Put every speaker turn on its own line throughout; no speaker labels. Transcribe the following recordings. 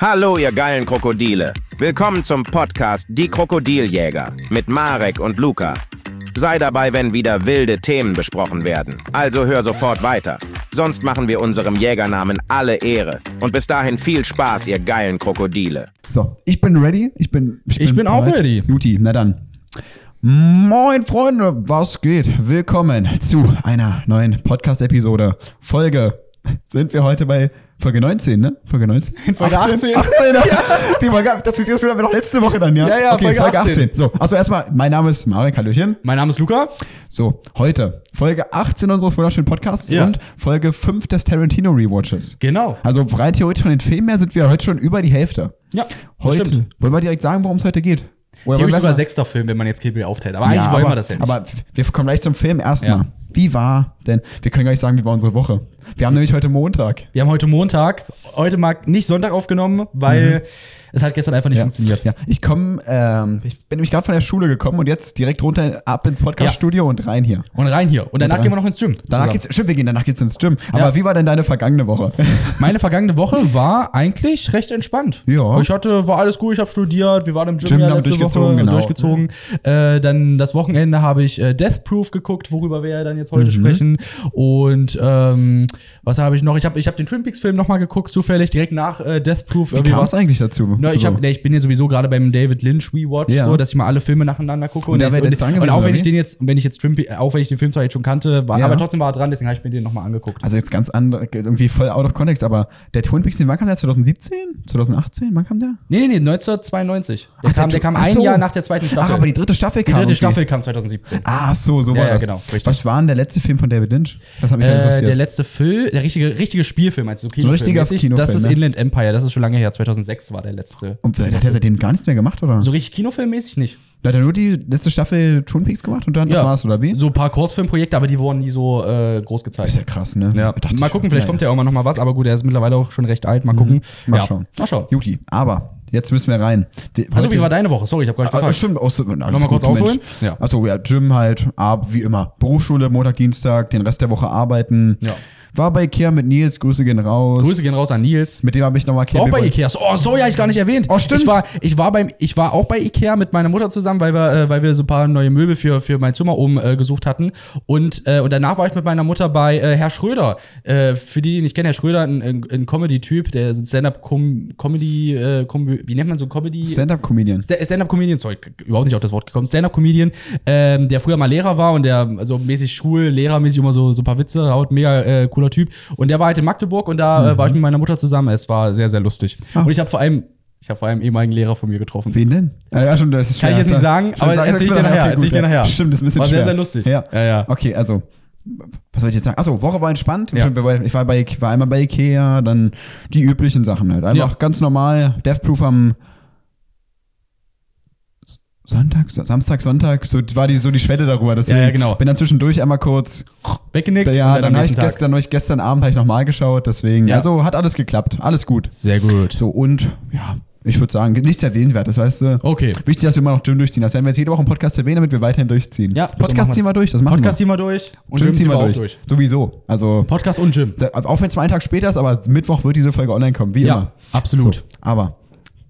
Hallo, ihr geilen Krokodile. Willkommen zum Podcast Die Krokodiljäger mit Marek und Luca. Sei dabei, wenn wieder wilde Themen besprochen werden. Also hör sofort weiter. Sonst machen wir unserem Jägernamen alle Ehre. Und bis dahin viel Spaß, ihr geilen Krokodile.
So, ich bin ready. Ich bin
Ich bin auch ready.
Juti, na dann. Moin Freunde, was geht? Willkommen zu einer neuen Podcast Episode. Folge sind wir heute bei Folge 19, ne? Folge 19?
Folge 18.
18 ne? Die war gar, das sieht jetzt wieder noch letzte Woche dann, ja?
Ja, ja,
okay, Folge,
Folge
18.
18.
So, also erstmal, mein Name ist Marek, hallöchen.
Mein Name ist Luca.
So, heute Folge 18 unseres wunderschönen Podcasts
Ja.
und Folge 5 des Tarantino Rewatches.
Genau.
Also rein theoretisch von den Filmen her sind wir heute schon über die Hälfte.
Ja,
heute.
stimmt.
Wollen wir direkt sagen, worum es heute geht? Oder
Theoretisch
wollen wir
sogar
erst mal-
sechster Film, wenn man jetzt Kill Bill aufteilt. Aber eigentlich
Ja,
wollen
aber,
wir das ja nicht.
Aber wir kommen gleich zum Film erstmal.
Ja.
Wie war denn? Wir können gleich sagen, wie war unsere Woche. Wir haben nämlich heute Montag.
wir haben heute Montag, heute mal nicht Sonntag aufgenommen, weil es hat gestern einfach nicht funktioniert.
Mhm. Ja. Ich komme, ähm, ich bin nämlich gerade von der Schule gekommen und jetzt direkt runter ab ins Podcaststudio und rein hier.
Und rein hier. Und danach
rein.
gehen wir noch ins Gym.
Danach
zusammen.
geht's, stimmt, wir gehen danach geht's ins Gym. Aber
Ja.
wie war denn deine vergangene Woche?
Meine vergangene Woche war eigentlich recht entspannt.
Ja.
Ich hatte, war alles gut, ich habe studiert, wir waren im Gym,
Gym
ja
haben wir durchgezogen, genau.
durchgezogen. Äh, dann das Wochenende habe ich äh, Death Proof geguckt, worüber wir ja dann jetzt heute
Mhm.
sprechen. Und ähm, was habe ich noch? Ich habe ich hab den Twin Peaks Film nochmal geguckt, zufällig, direkt nach äh, Death Proof.
Wie kam es eigentlich dazu?
Na, ich, hab,
So.
ne, ich bin ja sowieso gerade beim David Lynch Rewatch,
Ja.
so, dass ich mal alle Filme nacheinander gucke.
Und der
jetzt-
wäre jetzt dran
und,
gewesen,
auch
oder
wenn ich
wie?
den jetzt, wenn ich jetzt Trimpe, auch wenn ich den Film zwar jetzt schon kannte, war,
Ja.
aber trotzdem war er dran, deswegen habe ich mir den nochmal angeguckt.
Also jetzt ganz andere, irgendwie voll out of context, aber der Twin Peaks, wann kam der? 2017? 2018? Wann kam der?
Nee, nee, nee, 1992. Der
Ach,
kam,
der
der kam
Ach
ein
so.
Jahr nach der zweiten Staffel.
Ah, aber die dritte Staffel
Die
kam.
dritte
okay.
Staffel kam 2017.
Ah, so, so
Ja,
war
ja,
das.
genau, richtig.
Was war denn der letzte Film von David Lynch? Das hat mich ja
Äh,
interessiert.
der letzte Film, der richtige, richtige Spielfilm, also so Kinofilm.
richtiger
mäßig, Das
Kinofilm,
ist
ne?
Inland Empire, das ist schon lange her, 2006 war der letzte.
und vielleicht hat er seitdem gar nichts mehr gemacht, oder?
So richtig Kinofilmmäßig nicht.
Da hat er nur die letzte Staffel Twin Peaks gemacht und dann das
Ja.
war's, oder wie?
So ein paar Kurzfilmprojekte, aber die wurden nie so äh, groß gezeigt.
Ist ja krass, ne?
Ja,
Dachte
mal
ich,
gucken, vielleicht
naja.
kommt ja irgendwann noch mal was, aber gut, er ist mittlerweile auch schon recht alt. Mal gucken.
Mal
ja.
schauen.
Mal schauen.
Juti, aber jetzt müssen wir rein. Wir-
Also,
heute-
wie war deine Woche? Sorry, ich habe gar nicht
Ah,
gefragt.
stimmt, auch so, alles
mal kurz
gut, Mensch.
aufholen? Ja.
Also ja, Gym halt, ab, wie immer. Berufsschule, Montag, Dienstag, den Rest der Woche arbeiten.
Ja.
War bei Ikea mit Nils, Grüße gehen raus.
Grüße gehen raus an Nils.
Mit dem habe ich nochmal
Auch bei Ikea. Oh, sorry, habe ich gar nicht erwähnt.
Oh, stimmt.
Ich war, ich war, beim, ich war auch bei Ikea mit meiner Mutter zusammen, weil wir, äh, weil wir so ein paar neue Möbel für, für mein Zimmer oben äh, gesucht hatten. Und, äh, und danach war ich mit meiner Mutter bei äh, Herr Schröder. Äh, für die, die nicht kennen, Herr Schröder, ein, ein, ein Comedy-Typ, der so ein Stand-Up-Comedy, äh, Kombi- wie nennt man so Comedy?
Stand-Up-Comedian.
Sta- Stand-up-Comedian, sorry, k- überhaupt nicht auf das Wort gekommen. Stand-up-Comedian, ähm, der früher mal Lehrer war und der also mäßig Schullehrermäßig immer so so ein paar Witze haut, mega äh, cooler Typ. Und der war halt in Magdeburg und da äh, war ich mit meiner Mutter zusammen. Es war sehr sehr lustig.
Mhm. Ah.
Und ich habe vor allem ich habe vor allem ehemaligen Lehrer von mir getroffen.
Wen denn? Ah, ja, schon, das ist
Kann ich
schwer.
jetzt nicht sagen,
Schon
aber
sag-
erzähl ich
sag's mir
dir nachher.
Okay, gut,
erzähl ich dir
ja.
nachher.
Stimmt, das ist ein bisschen
War
schwer.
sehr, sehr lustig.
Ja.
Ja, ja.
Okay, also. Was soll ich jetzt sagen? Achso, Woche war entspannt.
Ja.
Stimmt, wir waren- Ich war, bei, war einmal bei Ikea, dann die üblichen Sachen halt. Einfach
Ja.
ganz normal. Deathproof am S- Sonntag, Sa- Samstag, Sonntag. So war die, so die Schwelle darüber. Deswegen
Ja, ja, genau.
Bin dann zwischendurch einmal kurz.
Weggenickt und
Ja,
am
dann habe ich,
nächsten Tag.
gestern, hab ich gestern Abend hab ich nochmal geschaut. Deswegen,
Ja.
also hat alles geklappt. Alles gut.
sehr gut.
So, und ja, ich würde sagen, nichts erwähnenswertes, weißt du?
Okay.
Wichtig, dass wir immer noch Gym durchziehen. Das werden wir jetzt jede Woche im Podcast erwähnen, damit wir weiterhin durchziehen.
Ja, so machen
Podcast ziehen
wir's.
wir durch, das machen
Podcast
wir.
ziehen wir durch und
Gym
Gym ziehen wir auch durch.
Sowieso. Also,
Podcast und Gym.
auch wenn es mal einen Tag später ist, aber Mittwoch wird diese Folge online kommen, wie
Ja,
immer.
absolut.
So, aber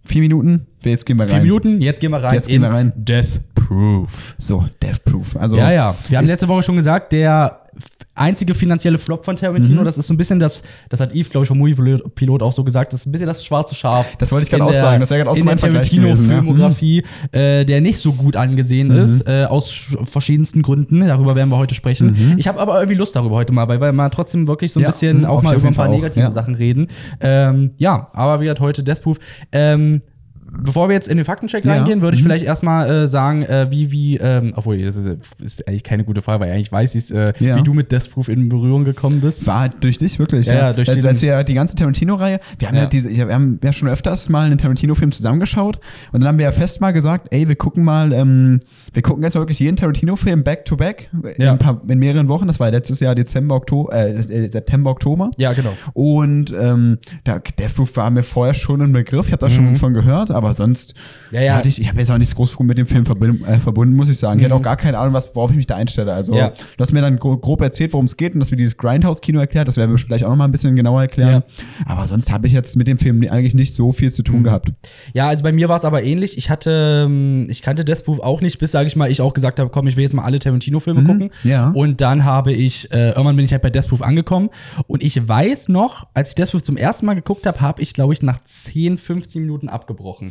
vier Minuten, wir- jetzt gehen wir rein.
Vier Minuten, jetzt gehen wir rein.
Jetzt gehen wir
in
rein.
Death Proof.
So, Death Proof. Also,
Ja, ja. Wir haben
ist-
letzte Woche schon gesagt, der f- einzige finanzielle Flop von
Mhm.
Tarantino, das ist so ein bisschen das, das hat Yves, glaube ich, vom Movie Pilot auch so gesagt, das ist ein bisschen das schwarze Schaf.
Das wollte ich
in
gerade auch
der-
sagen. Das wäre gerade auch so
in der
mein Vergleich gewesen, ne? Mhm. ja.
Tarantino-Filmografie, äh, der nicht so gut angesehen ist, äh, aus sch- verschiedensten Gründen. Darüber werden wir heute sprechen. Ich habe aber irgendwie Lust darüber heute mal, weil wir mal trotzdem wirklich so ein
Mhm. Ja,
bisschen
mhm,
auch
auf
mal
jeden
über ein paar
Fall auch,
negative
ja.
Sachen reden. Ähm, ja, aber wie gesagt, heute Death Proof. Ähm, Bevor wir jetzt in den Faktencheck
Ja.
reingehen, würde ich vielleicht erstmal äh, sagen, äh, wie, wie, ähm, obwohl, das ist, ist eigentlich keine gute Frage, weil eigentlich weiß ich äh,
Ja.
wie du mit Death Proof in Berührung gekommen
Es
bist.
war halt durch dich, wirklich.
Ja, ja, durch
als,
diesen-
als wir die ganze Tarantino-Reihe, wir haben ja.
Ja.
diese, ja, wir haben ja schon öfters mal einen Tarantino-Film zusammengeschaut und dann haben wir ja fest mal gesagt, ey, wir gucken mal, ähm, wir gucken jetzt mal wirklich jeden Tarantino-Film back-to-back in,
Ja.
ein paar- in mehreren Wochen. Das war letztes Jahr Dezember, Oktober, äh, September, Oktober.
Ja, genau.
Und ähm, da, Deathproof war mir vorher schon ein Begriff, ich habe da schon von gehört, aber sonst
Mhm. Ja, ja.
hatte ich, ich habe jetzt auch nichts groß mit dem Film verbunden, äh, verbunden muss ich sagen. Ich hatte auch gar keine Ahnung, was, worauf ich mich da einstelle. Also,
Mhm. Ja.
du hast mir dann gro- grob erzählt, worum es geht und dass wir dieses Grindhouse-Kino erklärt, das werden wir vielleicht auch noch mal ein bisschen genauer erklären. Aber sonst habe ich jetzt mit dem Film eigentlich nicht so viel zu
Mhm.
tun gehabt.
Ja, also bei mir war es aber ähnlich. Ich hatte, ähm, ich kannte Death Proof auch nicht, bis, sage ich mal, ich auch gesagt habe, komm, ich will jetzt mal alle Tarantino-Filme gucken.
ja.
Und dann habe ich, äh, irgendwann bin ich halt bei Death Proof angekommen. Und ich weiß noch, als ich Death Proof zum ersten Mal geguckt habe, habe ich, glaube ich, nach 10, 15 Minuten abgebrochen.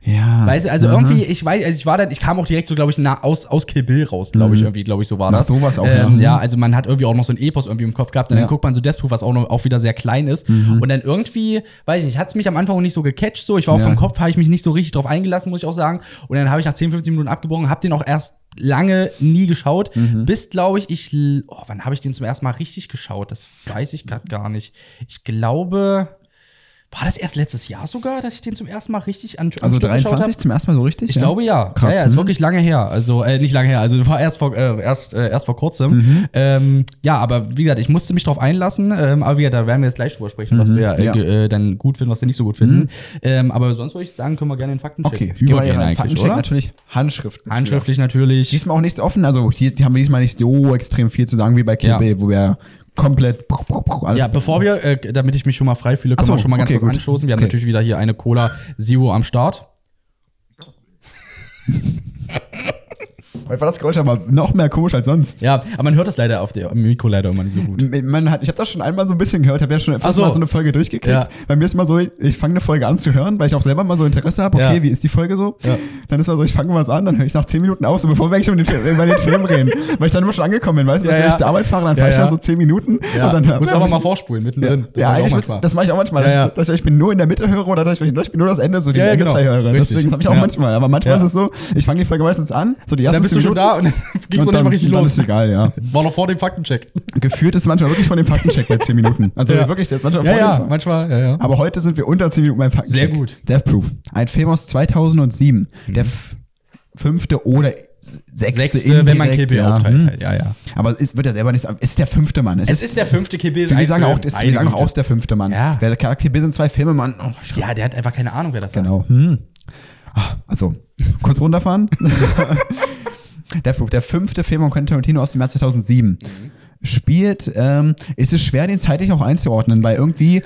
Ja.
Weißt du, also
Ah, Aha.
irgendwie, ich weiß, also ich war dann, ich kam auch direkt so, glaube ich, na, aus, aus Kill Bill raus, glaube ich, irgendwie, glaube ich, so war
Mhm. Nach
das.
sowas auch,
ähm,
ja. Mhm.
ja. also man hat irgendwie auch noch so ein Epos irgendwie im Kopf gehabt und
Ja. Mhm.
dann guckt man so Death Proof, was auch noch, auch wieder sehr klein ist. Und dann irgendwie, weiß ich nicht, hat es mich am Anfang auch nicht so gecatcht, so, ich war auch
Ja.
vom Kopf, habe ich mich nicht so richtig drauf eingelassen, muss ich auch sagen. Und dann habe ich nach 10, 15 Minuten abgebrochen, habe den auch erst lange nie geschaut,
Mhm.
bis, glaube ich, ich, l- oh, wann habe ich den zum ersten Mal richtig geschaut? Das weiß ich gerade gar nicht. Ich glaube, war das erst letztes Jahr sogar, dass ich den zum ersten Mal richtig an
Also
am Stück geschaut hab?
23 zum ersten Mal so richtig?
Ich glaube ja.
Krass,
Ja, ja, ist
ne?
wirklich lange her. Also, äh, nicht lange her. Also, war erst vor, äh, erst, äh, erst vor kurzem.
Mhm.
Ähm, ja, aber wie gesagt, ich musste mich drauf einlassen. Ähm, aber wie gesagt, da werden wir jetzt gleich drüber sprechen, was wir äh,
Mhm. ja. Mhm.
ge- äh, dann gut finden, was wir nicht so gut finden. Ähm, aber sonst würde ich sagen, können wir gerne den Faktencheck.
Okay,
Gehen wir
über
gerne
ihren
eigentlich,
Faktencheck
oder?
natürlich Handschriften.
Handschriftlich natürlich.
Diesmal auch nichts offen, also hier haben wir diesmal nicht so extrem viel zu sagen wie bei Kill
Ja.
Bill, wo wir komplett alles
Ja, bevor wir, äh, damit ich mich schon mal frei fühle, können
Ach so,
wir schon mal ganz
okay,
kurz
gut.
anstoßen. Wir haben
Okay.
natürlich wieder hier eine Cola Zero am Start.
Heute war das Geräusch aber noch mehr komisch als sonst.
Ja, aber man hört das leider auf der am Mikro leider immer nicht so gut.
Man hat, ich habe das schon einmal so ein bisschen gehört, habe ja schon
Ach
fast
so.
mal so eine Folge durchgekriegt.
Ja.
Bei mir ist mal so, ich fange eine Folge an zu hören, weil ich auch selber mal so Interesse habe, okay,
Ja.
wie ist die Folge so?
Ja.
Dann ist mal so, ich fange was an, dann höre ich nach 10 Minuten auf, so bevor wir eigentlich schon über den, Film- über den Film reden. Weil ich dann immer schon angekommen bin, weißt du,
Ja,
wenn
ja.
ich zur Arbeit fahre, dann
Ja,
fahre ich
ja.
da so 10 Minuten und dann hör-
muss auch
hör-
mal vorspulen mittendrin.
Ja, ja
mach ich
eigentlich
auch
muss,
manchmal.
das mache ich auch manchmal,
Ja,
dass,
ja.
Ich, dass ich bin nur in der Mitte höre oder dass ich, dass ich nur das Ende so die
Ja, ja,
Ende
genau.
Teil höre.
Richtig.
Deswegen habe ich auch
Ja.
manchmal, aber manchmal
Ja.
ist es so, ich fange die Folge meistens an, so die ersten
Dann bist du
zehn
schon
Minuten
da und dann
und
ging's noch nicht mal richtig
dann
los.
ist egal, ja.
War noch vor dem Faktencheck.
Geführt ist manchmal wirklich von dem Faktencheck bei 10 Minuten. Also
Ja.
wirklich, das ist manchmal
Ja,
voll
ja,
einfach.
manchmal, ja, ja.
Aber heute sind wir unter 10 Minuten beim Faktencheck.
Sehr gut. Mhm.
Death Proof. Ein Film aus 2007. Der f- fünfte oder sechste,
Sechste, wenn man
indirekt,
Kill Bill
ja.
aufteilt.
Hm.
halt, Ja, ja.
Aber es wird ja selber nicht, es ist der fünfte Mann. Es,
Es
ist,
ist der fünfte Kill Bill.
wir sagen auch,
Einzelfilm.
es, wir
Meine
sagen auch
Güte.
aus der fünfte Mann.
Ja.
Der Charakter, wir sind zwei Filme, Mann. Oh, scheiße.
Ja, der hat einfach keine Ahnung, wer das
Genau. Hm. Ah, Also, kurz runterfahren. Death Proof, der fünfte Film von Quentin Tarantino aus dem Jahr 2007.
Mhm.
Spielt, ähm, ist es schwer, den zeitlich auch einzuordnen, weil irgendwie,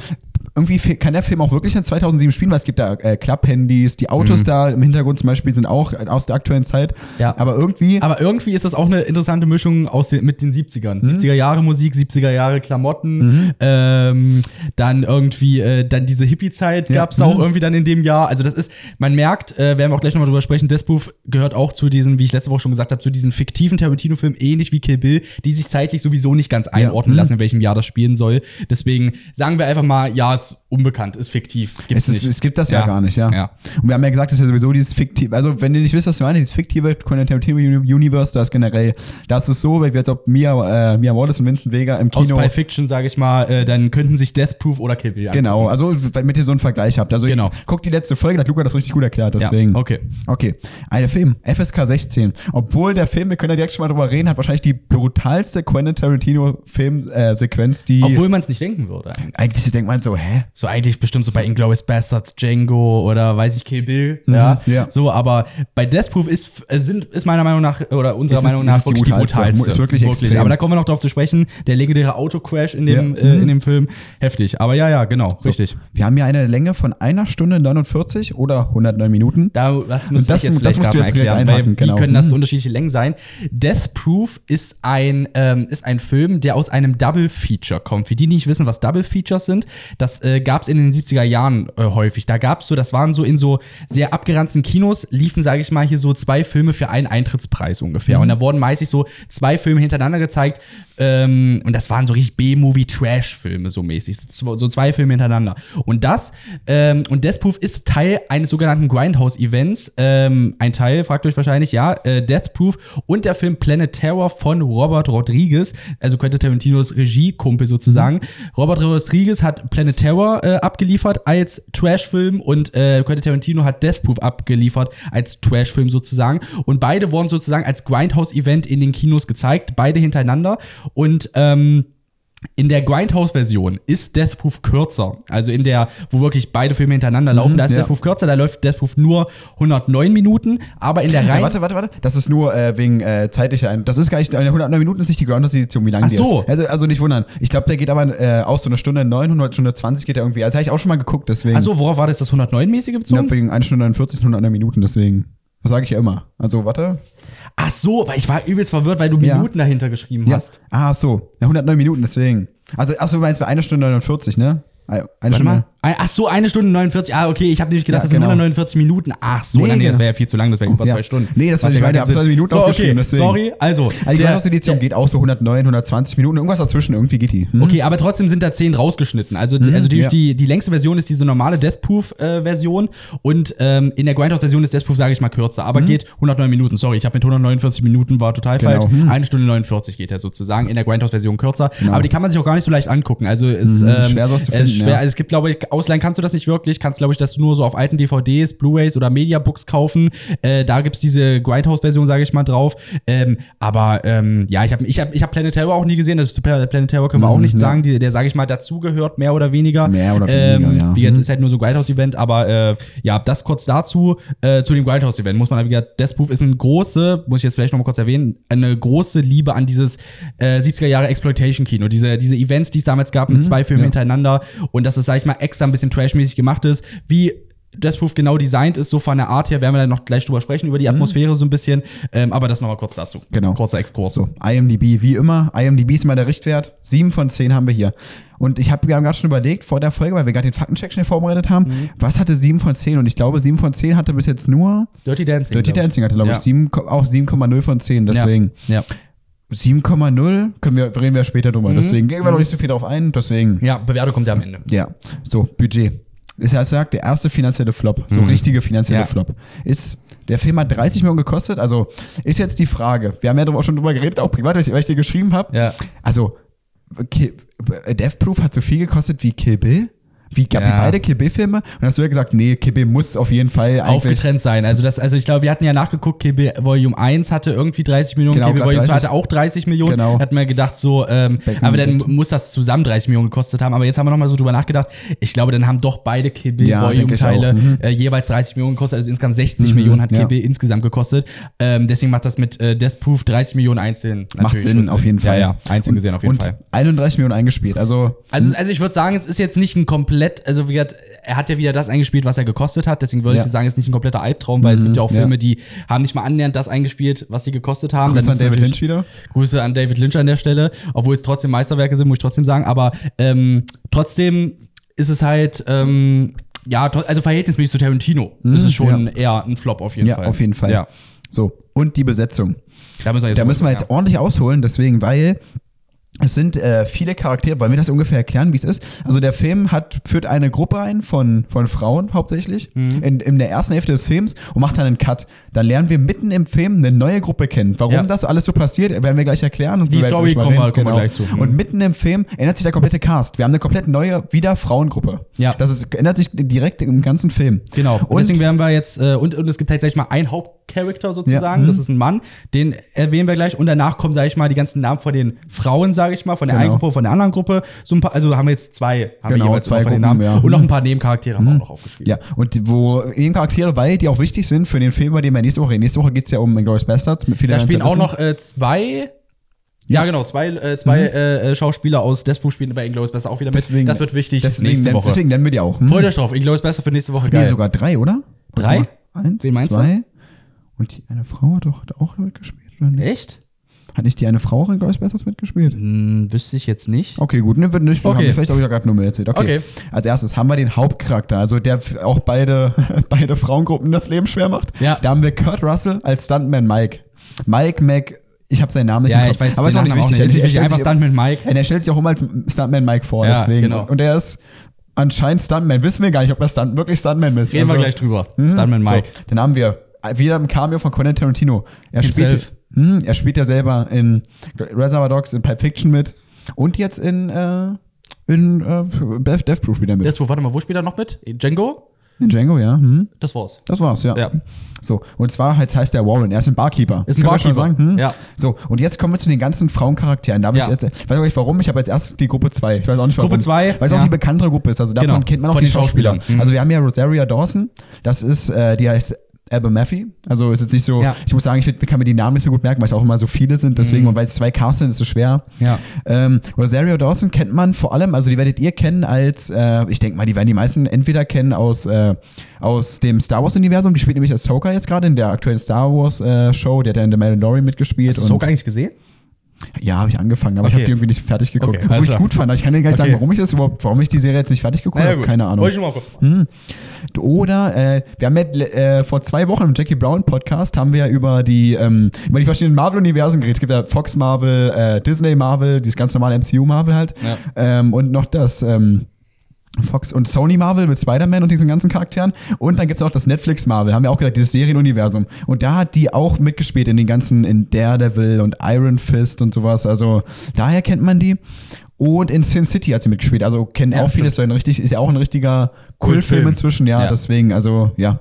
irgendwie fe- kann der Film auch wirklich in 2007 spielen, weil es gibt da äh, Club-Handys, die Autos da im Hintergrund zum Beispiel sind auch äh, aus der aktuellen Zeit.
Mhm. Ja.
Aber irgendwie,
Aber irgendwie ist das auch eine interessante Mischung aus den, mit den 70ern.
Mhm.
70er Jahre Musik, 70er Jahre Klamotten, ähm, dann irgendwie, äh, dann diese Hippie-Zeit
Ja. Mhm.
gab's da auch irgendwie dann in dem Jahr. Also das ist, man merkt, äh, werden wir auch gleich nochmal drüber sprechen, Deathproof gehört auch zu diesen, wie ich letzte Woche schon gesagt habe, zu diesen fiktiven Tarantino-Filmen, ähnlich wie Kill Bill, die sich zeitlich sowieso nicht ganz einordnen
Mhm.
lassen, in welchem Jahr das spielen soll. Deswegen sagen wir einfach mal, ja, ist unbekannt, ist fiktiv, gibt's
es, ist,
nicht.
es gibt das ja,
Ja.
gar nicht, ja.
Ja.
Und wir haben ja gesagt, das ist ja sowieso dieses fiktive, also wenn ihr nicht wisst, was wir meinen, dieses fiktive Quentin Tarantino Uni- Universe, das generell, das ist so, weil wir jetzt ob Mia, äh, Mia Wallace und Vincent Vega im
Aus
Kino
Pulp Fiction, sage ich mal, äh, dann könnten sich Death Proof oder Kill Bill angucken.
Genau, also damit ihr so einen Vergleich habt. Also
Genau.
ich, guckt die letzte Folge, da hat Luca das richtig gut erklärt,
Ja,
deswegen.
okay.
Okay, ein Film, FSK 16. Obwohl der Film, wir können ja direkt schon mal drüber reden, hat wahrscheinlich die brutalste Quentin Tarantino-Film-Sequenz, die...
Obwohl man es nicht denken würde. Eigentlich.
eigentlich denkt man so, hä?
So eigentlich bestimmt so bei Inglourious Bastards, Django oder weiß ich, Kill Bill. ja.
Mhm, ja.
So, aber bei Death Proof ist, äh, sind, ist meiner Meinung nach äh, oder unserer
Es ist-
Meinung
es
nach
ist die
wirklich die
brutalste.
brutalste.
Ist wirklich extrem.
Aber da kommen wir noch drauf zu sprechen. Der legendäre Autocrash in dem,
Ja. Mhm.
äh, in dem Film. Heftig. Aber ja, ja, genau. Richtig.
Wir haben hier eine Länge von einer Stunde 49 oder 109 Minuten.
Da, das muss
das-
ich jetzt
das
vielleicht
musst
grad
du
mal
jetzt direkt
erklären,
einhaken,
weil
genau.
wie können das
Mhm.
unterschiedliche Längen sein? Death Proof ist ein, ähm, ist ein Film, der aus einem Double Feature kommt. Für die, die nicht wissen, was Double Features sind, das äh, gab es in den 70er Jahren äh, häufig. Da gab es so, das waren so in so sehr abgeranzten Kinos, liefen, sage ich mal, hier so zwei Filme für einen Eintrittspreis ungefähr.
Mhm.
Und da wurden meistens so zwei Filme hintereinander gezeigt. Ähm, und das waren so richtig B-Movie-Trash-Filme so mäßig. So, so zwei Filme hintereinander. Und das, ähm, und Death Proof ist Teil eines sogenannten Grindhouse-Events. Ähm, ein Teil, fragt euch wahrscheinlich, ja, äh, Death Proof und der Film Planet Terror von Robert Rodriguez, also Quentin Tarantinos Regiekumpel sozusagen. Robert Rodriguez hat Planet Terror äh, abgeliefert als Trash-Film und äh, Quentin Tarantino hat Death Proof abgeliefert als Trash-Film sozusagen. Und beide wurden sozusagen als Grindhouse-Event in den Kinos gezeigt, beide hintereinander. Und ähm, In der Grindhouse-Version ist Death Proof kürzer. Also in der, wo wirklich beide Filme hintereinander laufen, da ist
Mhm, ja.
Death Proof kürzer, da läuft Death Proof nur 109 Minuten, aber in der
Ja,
rein
warte, warte, warte. Das ist nur äh, wegen äh, zeitlicher Ein Das ist gar nicht, eine 109 Minuten ist nicht die Groundhog-Edition, wie lange
Ach
die
so.
ist. Also, also nicht wundern. Ich glaube, der geht aber äh, auch so eine Stunde 900, Stunde 20 geht er irgendwie. Also habe ich auch schon mal geguckt, deswegen.
Also worauf war das das 109-mäßige
ich
bezogen?
glaube, wegen 1 Stunde 49 sind 109 Minuten, deswegen. Das sage ich ja immer. Also, warte.
Ach so, weil ich war übelst verwirrt, weil du
Ja.
Minuten dahinter geschrieben
Ja.
hast.
Ah, so. Ja, 109 Minuten, deswegen. Also, achso, du meinst bei 1 Stunde 49, ne? Eine
Warte
Stunde.
mal. Ein- Ach so, eine Stunde 49. Ah, okay, ich habe nämlich gedacht,
Ja,
das sind
genau.
149 Minuten. Ach so,
Nee,
dann, nee, das
genau.
wäre ja viel zu lang, das wäre über
Ja.
zwei Stunden.
Nee, das
Macht
will ich
ja
weiter.
keinen Sinn.
Hab 20 Minuten
so, okay,
aufgeschrieben, deswegen.
sorry. Also,
Also, die
der-
Groundhog-Edition geht auch so 109, 120 Minuten. Irgendwas dazwischen, irgendwie geht die. Hm?
Okay, aber trotzdem sind da 10 rausgeschnitten. Also, die- also die,
Mhm, ja.
die, die längste Version ist diese normale Deathproof-Version und ähm, in der Grindhouse-Version ist Deathproof, sage ich mal, kürzer, aber geht 109 Minuten. Sorry, ich habe mit 149 Minuten war total
Mhm. Genau.
falsch.
Hm.
Eine Stunde 49 geht er sozusagen, in der Grindhouse-Version kürzer.
Genau.
Aber die kann man sich auch gar nicht so leicht angucken. Also ist,
Mhm,
ähm,
schwer sowas zu
es ist
finden,
schwer.
ja.
Also es gibt, glaube ich, ausleihen kannst du das nicht wirklich. Kannst, glaube ich, das nur so auf alten DVDs, Blu-Rays oder Mediabooks kaufen. Äh, da gibt's diese Grindhouse-Version, sage ich mal, drauf. Ähm, aber ähm, ja, ich habe ich hab, ich hab Planet Terror auch nie gesehen. Das zu Pla- Planet Terror können wir auch
Mhm,
nicht
ja.
sagen. Die, der, sage ich mal, dazugehört, mehr oder weniger.
Mehr oder
Ähm,
weniger, ja.
Wie gesagt, ist halt nur so ein Grindhouse-Event. Aber äh, ja, das kurz dazu. Äh, zu dem Grindhouse-Event muss man, halt, wie gesagt, Death Proof ist eine große, muss ich jetzt vielleicht noch mal kurz erwähnen, eine große Liebe an dieses äh, 70er-Jahre-Exploitation-Kino. Diese, diese Events, die es damals gab, mit zwei
ja.
Filmen hintereinander. Und dass es, sag ich mal, extra ein bisschen trashmäßig gemacht ist. Wie Death Proof genau designt ist, so von der Art her, werden wir dann noch gleich drüber sprechen, über die Atmosphäre so ein bisschen. Ähm, aber das noch mal kurz dazu.
Genau.
Kurzer Exkurs.
So, IMDb, wie immer. IMDb ist immer der Richtwert. Sieben von zehn haben wir hier. Und ich habe gerade schon überlegt, vor der Folge, weil wir gerade den Faktencheck schnell vorbereitet haben,
Mhm.
was hatte sieben von zehn? Und ich glaube, sieben von zehn hatte bis jetzt nur
Dirty Dancing.
Dirty
glaub ich.
Dancing, hatte, glaube
Ja.
ich, sieben, auch 7,0 von zehn. Deswegen
Ja.
7,0 können wir, reden wir später
Mhm.
drüber. Deswegen gehen wir noch nicht so viel drauf ein. Deswegen.
ja. ja, Bewertung kommt ja am Ende.
Ja, so, Budget. Ist ja, als sagt, der erste finanzielle Flop, so richtige finanzielle
Mhm. Ja.
Flop. Ist, der Film hat 30 Millionen gekostet, also ist jetzt die Frage. Wir haben ja drüber, schon drüber geredet, auch privat, weil ich- weil ich dir geschrieben habe.
Ja.
Also, Ki- äh, Death Proof hat so viel gekostet wie Kill Bill. Wie gab
Ja.
die beide Kill Bill-Filme? Und hast du ja gesagt, nee, Kill Bill muss auf jeden Fall eigentlich.
aufgetrennt sein. Also das, also ich glaube, wir hatten ja nachgeguckt, KB Volume 1 hatte irgendwie 30 Millionen,
Genau,
KB
grad
Volume 2
30.
hatte auch 30 Millionen.
Genau.
Hat mir gedacht, so, ähm,
Back
aber dann
Minute.
muss das zusammen 30 Millionen gekostet haben. Aber jetzt haben wir nochmal so drüber nachgedacht. Ich glaube, dann haben doch beide KB
Ja, denke
Volume
ich auch.
Teile
Mhm.
äh, jeweils 30 Millionen gekostet. Also insgesamt 60 Millionen hat
ja.
KB insgesamt gekostet. Ähm, deswegen macht das mit äh, Death Proof 30 Millionen einzeln.
Macht
natürlich
Sinn,
schon
auf jeden Fall.
Ja, ja, einzeln gesehen auf jeden
und
Fall.
Und 31 Millionen eingespielt, also.
Also, also ich würde sagen, es ist jetzt nicht ein komplett, also wie gesagt, er hat ja wieder das eingespielt, was er gekostet hat. Deswegen würde ich
Ja. Mhm,
jetzt sagen, es ist nicht ein kompletter Albtraum, weil es gibt ja auch
ja.
Filme, die haben nicht mal annähernd das eingespielt, was sie gekostet haben.
Grüße
Das
an
ist
David
natürlich-
Lynch wieder.
Grüße an David Lynch an der Stelle, obwohl es trotzdem Meisterwerke sind, muss ich trotzdem sagen. Aber ähm, trotzdem ist es halt, ähm, ja, tro- also verhältnismäßig zu Tarantino ist es schon eher ein Flop auf jeden
Mhm, Ja,
Fall.
auf jeden Fall.
Ja,
So, und die Besetzung.
da müssen wir jetzt,
Da müssen wir jetzt ordentlich ausholen, deswegen, weil es sind äh, viele Charaktere, wollen wir das ungefähr erklären, wie es ist? Also der Film hat, führt eine Gruppe ein von, von Frauen hauptsächlich
Mhm.
in, in der ersten Hälfte des Films und macht dann einen Cut. Dann lernen wir mitten im Film eine neue Gruppe kennen. Warum
Ja.
das alles so passiert, werden wir gleich erklären. Und
Die
wir werden
Story
drüber
kommen wir-
reden,
kommen wir gleich zu. Mhm.
Und mitten im Film ändert sich der komplette Cast. Wir haben eine komplett neue, wieder Frauengruppe.
Ja.
Das ist, ändert sich direkt im ganzen Film.
Genau. Und,
Und
deswegen werden wir jetzt, äh, und, und es gibt halt, sag ich mal, einen Hauptcharakter sozusagen,
Ja. Mhm.
das ist ein Mann, den erwähnen wir gleich und danach kommen, sag ich mal, die ganzen Namen von den Frauen, sage ich mal, von der
Genau.
einen Gruppe, von der anderen Gruppe. So ein paar, also haben wir jetzt zwei, haben
Genau,
wir jeweils
zwei
immer von den
Gruppen,
Namen.
ja. Mhm.
Und noch ein paar Nebencharaktere haben wir auch noch aufgeschrieben.
Ja, und die- wo eben Charaktere bei, die auch wichtig sind für den Film, bei dem wir nächste Woche reden. Nächste Woche geht's ja um Glorious Bastards. Mit
Da spielen auch noch äh, zwei. Ja, genau, zwei, äh, zwei äh, äh, Schauspieler aus Deathpool spielen bei Inglourious Besser auch wieder mit.
Mhm. Deswegen-
das wird wichtig
deswegen, nächste Woche. Deswegen nennen wir die auch. Hm?
Freut euch drauf, Inglourious Besser für nächste Woche, geil.
Nee, sogar drei, oder?
Drei?
Warte mal. Eins,
Wen meinst
zwei. Und die eine Frau hat doch hat auch mitgespielt, oder nicht?
Echt?
Hat nicht die eine Frau auch in Glorious Bastards mitgespielt?
Hm, wüsste ich jetzt nicht.
Okay, gut, ne, wird nicht.
Okay.
Haben wir vielleicht auch wieder gerade nur mehr erzählt. Okay.
Okay.
Als erstes haben wir den Hauptcharakter, also der f- auch beide, beide Frauengruppen das Leben schwer macht.
Ja.
Da haben wir Kurt Russell als Stuntman Mike. Mike Mac, ich habe seinen Namen nicht
Ja,
im
ich
Kopf,
weiß
aber ist auch
den
nicht
Nachnamen
wichtig.
Ist
Er- er
nicht wichtig,
stellt
einfach
sich-
Stunt mit Mike.
Und er stellt sich auch immer als Stuntman Mike vor,
Ja,
deswegen.
genau.
Und er ist anscheinend Stuntman. Wissen wir gar nicht, ob er Stunt, wirklich Stuntman ist.
Reden wir
Also-
gleich drüber. Stuntman Mike.
So, dann haben wir wieder ein Cameo von Quentin Tarantino. Er
Himself.
spielt, hm, er spielt ja selber in Reservoir Dogs, in Pulp Fiction mit und jetzt in, äh, in äh, Death, Death Proof wieder mit.
Death Proof, warte mal, wo spielt er noch mit? Django?
In Django, ja. Hm.
Das war's.
Das war's, ja.
Ja.
So, und zwar halt heißt der Warren, er ist ein Barkeeper.
Ist ein
Können wir schon
Barkeeper,
Sagen? Hm?
ja.
So, und jetzt kommen wir zu den ganzen Frauencharakteren. Da hab
Ja.
ich jetzt, ich weiß auch nicht warum, ich habe jetzt erst die Gruppe 2. Ich weiß auch nicht warum.
Gruppe zwei,
Weil es auch
ja.
die bekanntere Gruppe ist. Also davon
Genau,
kennt man auch
von
die
den
Schauspieler.
Schauspielern. Mhm.
Also wir haben ja Rosaria Dawson, das ist, äh, die heißt Abba Maffey. Also ist jetzt nicht so,
Ja. Mhm.
ich muss sagen, ich find- kann mir die Namen nicht so gut merken, weil es auch immer so viele sind. Deswegen, und weil es zwei Casts sind, ist es schwer.
Ja.
Ähm, Rosario Dawson kennt man vor allem, also die werdet ihr kennen als, äh, ich denke mal, die werden die meisten entweder kennen aus, äh, aus dem Star Wars-Universum, die spielt nämlich Ahsoka jetzt gerade in der aktuellen Star Wars-Show, die hat ja in The Mandalorian mitgespielt.
Hast du Soak eigentlich gesehen?
ja, habe ich angefangen, aber ich
Okay.
habe die irgendwie nicht fertig geguckt.
Okay,
Obwohl
alles
ich es
klar.
gut fand, aber ich kann dir gar nicht sagen,
Okay.
warum ich das überhaupt, warum ich die Serie jetzt nicht fertig geguckt habe, keine Ahnung.
Wollte ich nur mal kurz machen.
Oder äh, wir haben ja, äh, vor zwei Wochen im Jackie Brown Podcast haben wir ja über die ähm, über die verschiedenen Marvel Universen geredet. Es gibt ja Fox Marvel, äh, Disney Marvel, dieses ganz normale MCU Marvel halt
Ja.
ähm, und noch das ähm, Fox und Sony Marvel mit Spider-Man und diesen ganzen Charakteren. Und dann gibt es auch das Netflix Marvel, haben wir auch gesagt, dieses Serienuniversum. Und da hat die auch mitgespielt in den ganzen, in Daredevil und Iron Fist und sowas. Also daher kennt man die. Und in Sin City hat sie mitgespielt. Also kennen
Ja,
auch viele,
stimmt.
ist, so ein richtig, ist ja auch ein richtiger Kultfilm
Kultfilm.
inzwischen, ja,
Ja.
Deswegen, also ja.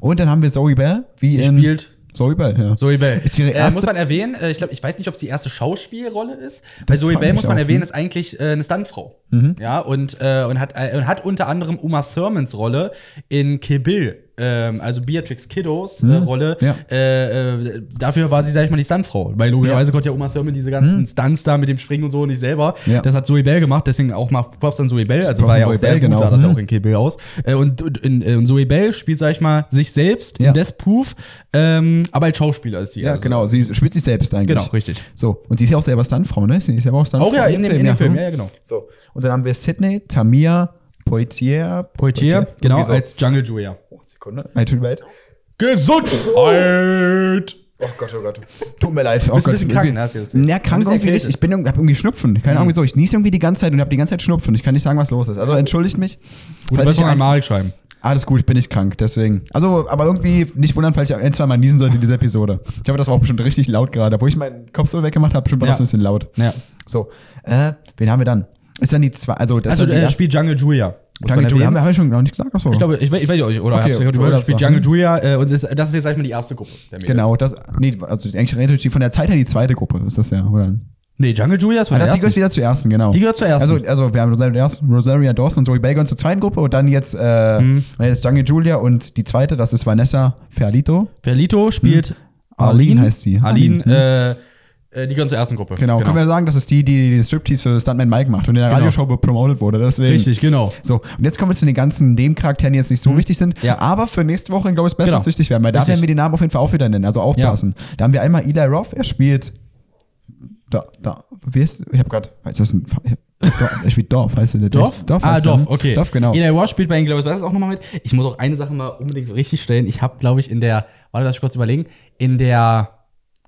Und dann haben wir Zoe Bell, wie
Die
in.
spielt
Zoe Bell, ja.
Zoe Bell.
Ist ihre
äh,
erste-
muss man erwähnen, äh, ich glaube, ich weiß nicht, ob es die erste Schauspielrolle ist. Bei
Das
Zoe
frag
Bell
ich
muss man
auch,
erwähnen,
hm. Mhm.
ist eigentlich äh, eine Stuntfrau. Ja, und, äh, und, hat, äh, und hat unter anderem Uma Thurmans Rolle in Kill Bill. Ähm, also Beatrix Kiddos äh, Rolle.
Mhm. ja.
Äh, äh, dafür war sie, sag ich mal, die Stuntfrau. Weil logischerweise konnte ja Uma Thurman diese ganzen Stunts da mit dem Springen und so nicht selber.
Mhm. Ja.
Das hat Zoe Bell gemacht, deswegen auch mal Props an Zoe Bell. Also
Props
war
an
ja auch
Zoe
sehr
Bell,
gut,
genau.
sah das ja
Mhm.
auch in Kill Bill aus. Äh, und und in, in Zoe Bell spielt, sag ich mal, sich selbst
Ja.
in Death Proof, ähm, aber als Schauspieler ist sie.
Ja,
also.
genau. Sie spielt sich selbst eigentlich.
Genau, richtig.
So. Und sie ist ja auch selber Stuntfrau, ne? Sie ist ja hm. auch Stuntfrau.
Auch ja, in dem, in dem Film, ja, ja, genau.
So. Und dann haben wir Sydney, Tamia, Poitier.
Poitier, genau,
Irgendwie so.
als Jungle Julia.
Oh, Sekunde. Nein, tut mir leid.
Gesundheit!
Oh Gott, oh Gott. Tut mir leid. Oh
Bist
Gott,
ein bisschen
irgendwie-
krank, ne, hast du jetzt.
Na, krank
Ein bisschen
irgendwie nicht.
erkältet. Mhm.
Ich bin irgendwie, hab irgendwie Schnupfen. Keine Ahnung wieso. Ich niese irgendwie die ganze Zeit und habe die ganze Zeit Schnupfen. Ich kann nicht sagen, was los ist. Also entschuldigt mich. falls
Gute
ich
Besserung an
eins-
Marek schreiben.
Alles gut, ich bin nicht krank, deswegen. Also, aber irgendwie nicht wundern, falls ich ein, zwei Mal niesen sollte in dieser Episode. Ich hoffe, das war auch bestimmt richtig laut gerade. Obwohl ich meinen Kopfhörer weggemacht habe, bestimmt war
Ja.
das ein bisschen laut.
Ja.
So, äh, wen haben wir dann? Ist dann die zwei, also das
Also,
ist dann die
äh,
erste-
spielt Jungle Julia. Muss
Jungle
man
Julia.
erwähnen.
Haben wir, haben wir schon noch nicht gesagt? Achso.
Ich glaube, ich weiß, ich weiß nicht, oder
Okay,
hab's ja gerade
oder
gehört,
das
spielt
war-
Jungle Julia äh, und es ist, das ist jetzt, sag ich mal, die erste Gruppe. der Mädels.
Genau, das, nee, also eigentlich relativ von der Zeit her die zweite Gruppe ist das ja, oder?
Nee, Jungle Julia ist von
Also,
der
die gehört
ersten.
wieder zur ersten, genau.
Die gehört zur ersten.
Also, also wir haben Rosaria Dawson, Rosaria Dawson und Zoe Bell gehören zur zweiten Gruppe und dann jetzt, äh,
Mhm.
dann jetzt Jungle Julia und die zweite, das ist Vanessa Ferlito.
Verlito spielt
Arlene heißt sie. Arlene,
Arlene,
hm.
äh, äh, die gehört zur ersten Gruppe.
Genau, können wir sagen, das ist die, die den Striptease für Stuntman Mike macht und in der
Genau.
Radioshow promotet wurde. Deswegen.
Richtig, genau.
So, und jetzt kommen wir zu den ganzen Nebencharakteren, die jetzt nicht so wichtig sind,
Ja.
aber für nächste Woche, glaube ich, ist besser,
Genau.
dass wichtig werden, weil da
Richtig.
werden wir die Namen auf jeden Fall auch wieder nennen, also aufpassen. Da haben wir einmal Eli Roth, er spielt da, da, wie heißt, ich habe gerade, heißt das ein, er spielt Dorf, heißt der?
Dorf?
Dorf
ah,
heißt der,
Dorf,
ne?
okay.
Dorf, genau.
Eli Roth spielt bei Inglourious Basterds auch nochmal mit. Ich muss auch eine Sache mal unbedingt richtig stellen. Ich habe, glaube ich, in der, warte, lass ich kurz überlegen, in der,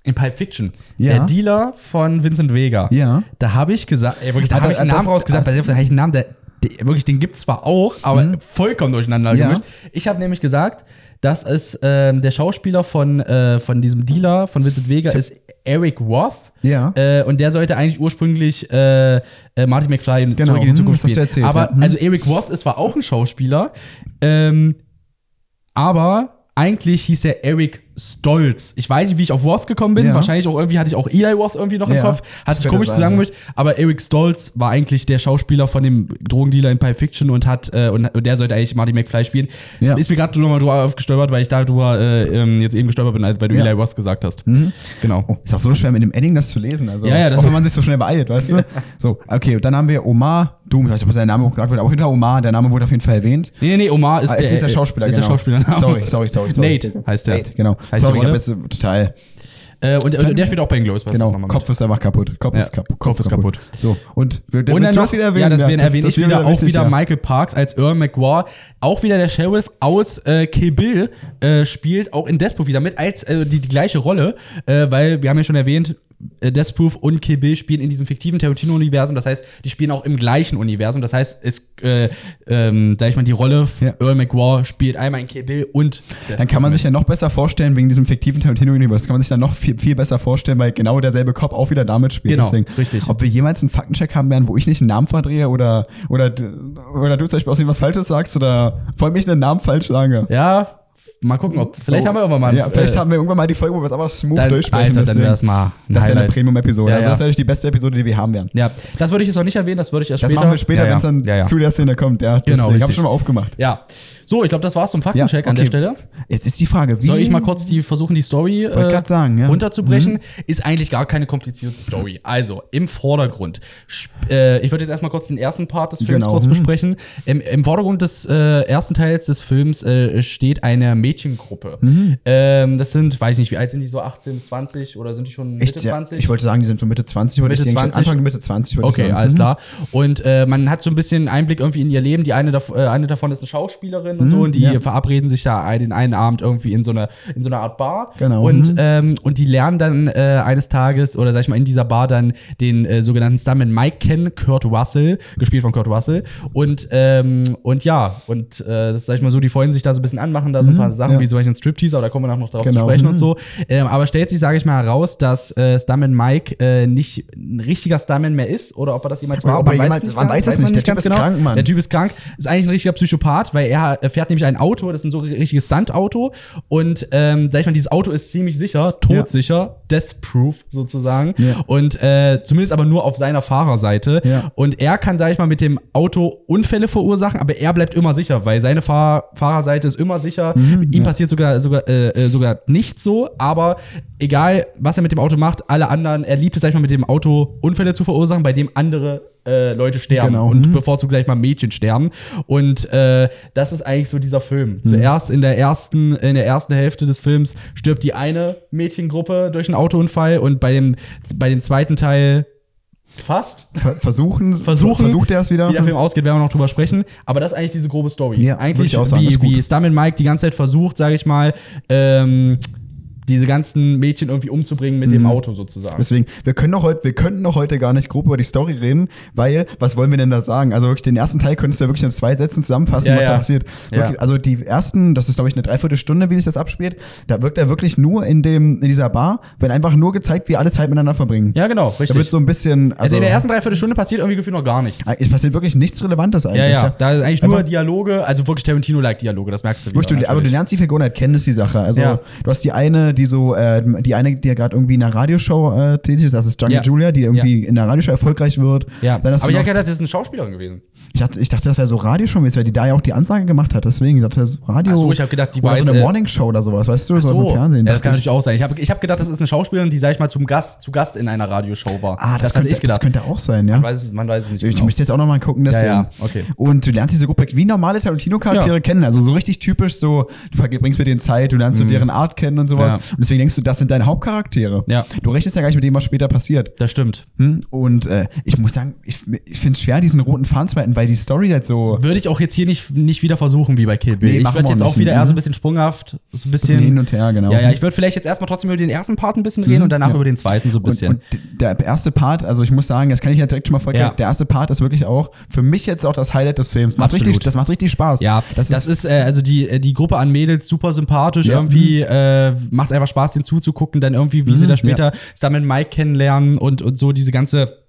in Pulp Fiction,
Ja.
der Dealer von Vincent Vega,
Ja.
da habe ich gesagt, ey, wirklich, da
Ah,
habe
da-
ich einen
das-
Namen
ah.
rausgesagt, weil da habe ich einen Namen, der, der wirklich, den gibt's zwar auch, aber vollkommen durcheinander
Mhm. Ja.
gemischt. Ich habe nämlich gesagt, dass es ähm, der Schauspieler von, äh, von diesem Dealer von Vincent Vega ist Eric Roth.
Ja.
Äh, und der sollte eigentlich ursprünglich äh, äh, Marty McFly in
Genau,
zurück in die
hm,
Zukunft
das hast du
spielen.
erzählt,
aber
ja, hm.
also Eric Roth ist zwar auch ein Schauspieler, ähm, aber eigentlich hieß er Eric Stolz. Ich weiß nicht, wie ich auf Roth gekommen bin.
Ja.
Wahrscheinlich auch irgendwie hatte ich auch Eli Roth irgendwie noch im
Ja,
Kopf. Hat
das
sich
könnte
komisch
sein,
zusammengemischt. Aber Eric Stolz war eigentlich der Schauspieler von dem Drogendealer in Pulp Fiction und hat äh, und, und der sollte eigentlich Marty McFly spielen.
Ja.
Ist mir gerade nochmal drüber aufgestolpert, weil ich darüber äh, ähm, jetzt eben gestolpert bin, als- weil du
Ja.
Eli Roth gesagt hast. Genau.
Oh, ist auch so schwer mit dem Edding das zu lesen. Also,
Ja, ja, das-
auch wenn man sich so schnell beeilt, weißt du? So, okay, und dann haben wir Omar Doom. Ich weiß nicht, ob sein Name auch gesagt wurde, aber auf jeden Fall Omar, der Name wurde auf jeden Fall erwähnt.
Nee, nee, nee, Omar ist,
Ah,
der, äh,
ist der Schauspieler,
Ist der
genau.
Schauspieler. ne?
Sorry, sorry, sorry, sorry.
Nate heißt der.
Nate, genau.
Heißt
Sorry, ich
der
hab
Rolle.
jetzt total.
Äh, und, und der spielt auch bei Inglourious Basterds
Genau,
nochmal mit.
Kopf ist einfach kaputt. Kopf
Ja,
ist kaputt.
Kopf ist kaputt.
So, und wir
Und dann
willst du
noch, ja, das werden erwähnt ist
wird
wieder, auch
wichtig,
wieder
ja.
Michael Parks als Earl McGuire, auch wieder der Sheriff aus äh, Kill Bill, äh, spielt auch in Death Proof wieder mit, als äh, die, die gleiche Rolle, äh, weil wir haben ja schon erwähnt, äh, Death Proof und Kill Bill spielen in diesem fiktiven Tarantino-Universum. Das heißt, die spielen auch im gleichen Universum. Das heißt, es, äh, ähm, sag ich mal, die Rolle
Ja.
ja. Earl McGraw spielt einmal in Kill Bill und Death
Dann kann man sich ja noch besser vorstellen, wegen diesem fiktiven Tarantino-Universe, kann man sich dann noch viel, viel besser vorstellen, weil genau derselbe Cop auch wieder damit spielt.
Genau, richtig.
Ob wir jemals einen Faktencheck haben werden, wo ich nicht einen Namen verdrehe oder, oder, d- oder du zum Beispiel aus dem was Falsches sagst oder vor allem ich einen Namen falsch sage.
Ja, mal gucken, ob. Vielleicht
Oh.
haben wir irgendwann mal. einen-
Ja, vielleicht
äh,
haben wir irgendwann mal die Folge, wo wir es aber smooth
dann,
durchsprechen
Alter, dann
müssen.
wäre das mal. Ein
Das wäre eine
Highlight.
Premium-Episode.
Ja,
also
ja.
das wäre die beste Episode, die wir haben werden.
Ja, das würde ich jetzt noch nicht erwähnen, das würde ich erst
Das
später.
machen wir später,
ja, ja.
wenn es dann
ja, ja.
zu der Szene kommt. Ja,
Genau,
Ich habe
richtig.
schon mal aufgemacht.
ja. So, ich glaube, das war's zum Faktencheck
Ja,
an der
okay.
Stelle.
Jetzt ist die Frage, wie
Soll ich mal kurz die versuchen, die Story äh,
Wollte grad sagen, ja. Hm.
runterzubrechen? Ist eigentlich gar keine komplizierte Story. Also, im Vordergrund. sp- Äh, ich würde jetzt erstmal kurz den ersten Part des Films
Genau,
kurz
mhm.
besprechen. Im, Im Vordergrund des äh, ersten Teils des Films äh, steht eine Mädchengruppe.
Mhm.
Ähm, das sind, weiß nicht, wie alt sind die so? 18 bis 20 oder sind die schon Mitte
Echt, ja.
20?
Ich wollte sagen, die sind so Mitte 20 oder
Mitte
ich denke,
20.
Anfang Mitte 20 würde ich
Okay,
sagen.
alles
Mhm.
klar. Und äh, man hat so ein bisschen Einblick irgendwie in ihr Leben. Die eine, dav äh, eine davon ist eine Schauspielerin und so und die
Mhm, ja.
verabreden sich da ein- den einen Abend irgendwie in so einer in so einer Art Bar.
Genau,
Und
mhm.
ähm, und die lernen dann äh, eines Tages oder sag ich mal in dieser Bar dann den äh, sogenannten Stuntman Mike kennen, Kurt Russell, gespielt von Kurt Russell. Und ähm, und ja und äh, das sag ich mal so, die freuen sich da so ein bisschen an, machen da so ein paar Sachen
Mhm, ja.
wie zum Beispiel ein Striptease, aber da kommen wir noch drauf
Genau,
zu sprechen und
mhm.
so. Ähm, aber stellt sich, sage ich mal, heraus, dass äh, Stuntman Mike äh, nicht ein richtiger Stuntman mehr ist oder ob er das jemals
Oder
war.
ob er jemals- man
ganz-
weiß das nicht. Der Typ
ganz genau.
ist krank, Mann.
Der Typ ist krank. Ist eigentlich ein richtiger Psychopath, weil er äh, fährt nämlich ein Auto, das ist ein so richtiges Stunt-Auto. Und ähm, sag ich mal, dieses Auto ist ziemlich sicher, todsicher, death-proof sozusagen.
Ja.
Und äh, zumindest aber nur auf seiner Fahrerseite.
Ja.
Und er kann, sag ich mal, mit dem Auto Unfälle verursachen, aber er bleibt immer sicher, weil seine Fahr Fahrerseite ist immer sicher.
Mhm,
Ihm passiert sogar, sogar, äh, äh, sogar nichts so, aber egal, was er mit dem Auto macht, alle anderen, er liebt es, sag ich mal, mit dem Auto Unfälle zu verursachen, bei dem andere äh, Leute sterben
Genau,
und
mhm.
bevorzugt, sag ich mal, Mädchen sterben. Und äh, das ist eigentlich so dieser
Mhm.
Film. Zuerst in der ersten, in der ersten Hälfte des Films stirbt die eine Mädchengruppe durch einen Autounfall und bei dem, bei dem zweiten Teil fast
Ver- Versuchen,
Versuchen.
versucht er es wieder.
wie der Film ausgeht, werden wir noch drüber sprechen. Aber das ist eigentlich diese grobe Story.
Ja, würde
eigentlich,
ich auch sagen,
wie,
ist gut.
wie Stammen Mike die ganze Zeit versucht, sage ich mal, ähm, diese ganzen Mädchen irgendwie umzubringen mit
Mhm.
dem Auto sozusagen.
Deswegen, wir können doch heute, wir könnten doch heute gar nicht grob über die Story reden, weil, was wollen wir denn da sagen? Also wirklich, den ersten Teil könntest du ja wirklich in zwei Sätzen zusammenfassen,
Ja,
was
ja.
da passiert.
Ja.
Wirklich, Also die ersten, das ist glaube ich eine Dreiviertelstunde, wie sich das abspielt, da wirkt er wirklich nur in dem, in dieser Bar, wenn einfach nur gezeigt, wie alle Zeit miteinander verbringen.
Ja, genau,
Da
richtig.
wird so ein bisschen, also,
also in der ersten Dreiviertelstunde passiert irgendwie gefühlt noch gar nichts.
es passiert wirklich nichts Relevantes eigentlich.
Ja, ja, da ist eigentlich nur
Einfach-
Dialoge, also wirklich Tarantino-like-Dialoge, das merkst du wieder. ne?
Wirklich, du, aber du
natürlich.
lernst die Figur halt kennen, ist die Sache. Also
Ja.
du hast die eine, die so, äh, die eine, die ja gerade irgendwie in einer Radioshow äh, tätig ist, das ist Jungle
Ja.
Julia, die irgendwie in einer Radioshow erfolgreich wird.
ja.
Dann hast du
Aber ich
noch,
hab gedacht, das ist eine Schauspielerin gewesen.
ich, dachte, ich dachte, das wäre so Radioshow, weil die da ja auch die Ansage gemacht hat. Deswegen, ich dachte, das ist Radio.
Ach so, ich hab gedacht, die
oder
war
so
jetzt,
eine
äh,
Morningshow oder sowas, weißt du, so aus dem Fernsehen.
ja, das
dachte
kann
ich.
natürlich auch sein. Ich habe ich hab gedacht, das ist eine Schauspielerin, die, sag ich mal, zum Gast, zu Gast in einer Radioshow war.
Ah, das, könnte,
hatte ich gedacht.
das könnte auch sein, ja.
man, weiß es, man weiß es nicht.
Ich
genau.
müsste jetzt auch nochmal gucken, deswegen.
ja, okay.
Und du lernst diese Gruppe wie normale Tarantino-Charaktere
Ja.
kennen. Also so richtig typisch, so, du verbringst mit denen Zeit, du lernst so deren Art kennen und sowas.
Mhm. Ja.
Und deswegen denkst du, das sind deine Hauptcharaktere.
Ja.
Du rechnest ja gar nicht mit dem, was später passiert.
Das stimmt.
Hm? Und äh, ich muss sagen, ich, ich finde es schwer, diesen roten Faden zu halten, weil die Story halt so
Würde ich auch jetzt hier nicht, nicht wieder versuchen, wie bei Kill Bill.
Nee,
ich
machen
würde
wir
jetzt
auch
auch
nicht.
wieder eher so
Mhm.
ein bisschen sprunghaft, so ein
bisschen hin
bisschen.
und her, genau.
ja, ja, ich würde vielleicht jetzt erstmal trotzdem über den ersten Part ein bisschen reden und danach über den zweiten so ein bisschen.
Und, und der erste Part, also ich muss sagen, das kann ich ja direkt schon mal vorgeben,
Ja.
der erste Part ist wirklich auch für mich jetzt auch das Highlight des Films. Macht
Absolut.
richtig, das macht richtig Spaß.
ja,
das, ist,
äh, also die, äh, die Gruppe an Mädels super sympathisch,
Ja. Mhm.
irgendwie äh, macht einfach Spaß, den zuzugucken, dann irgendwie, wie sie da später Sam und Mike kennenlernen und, und so diese ganze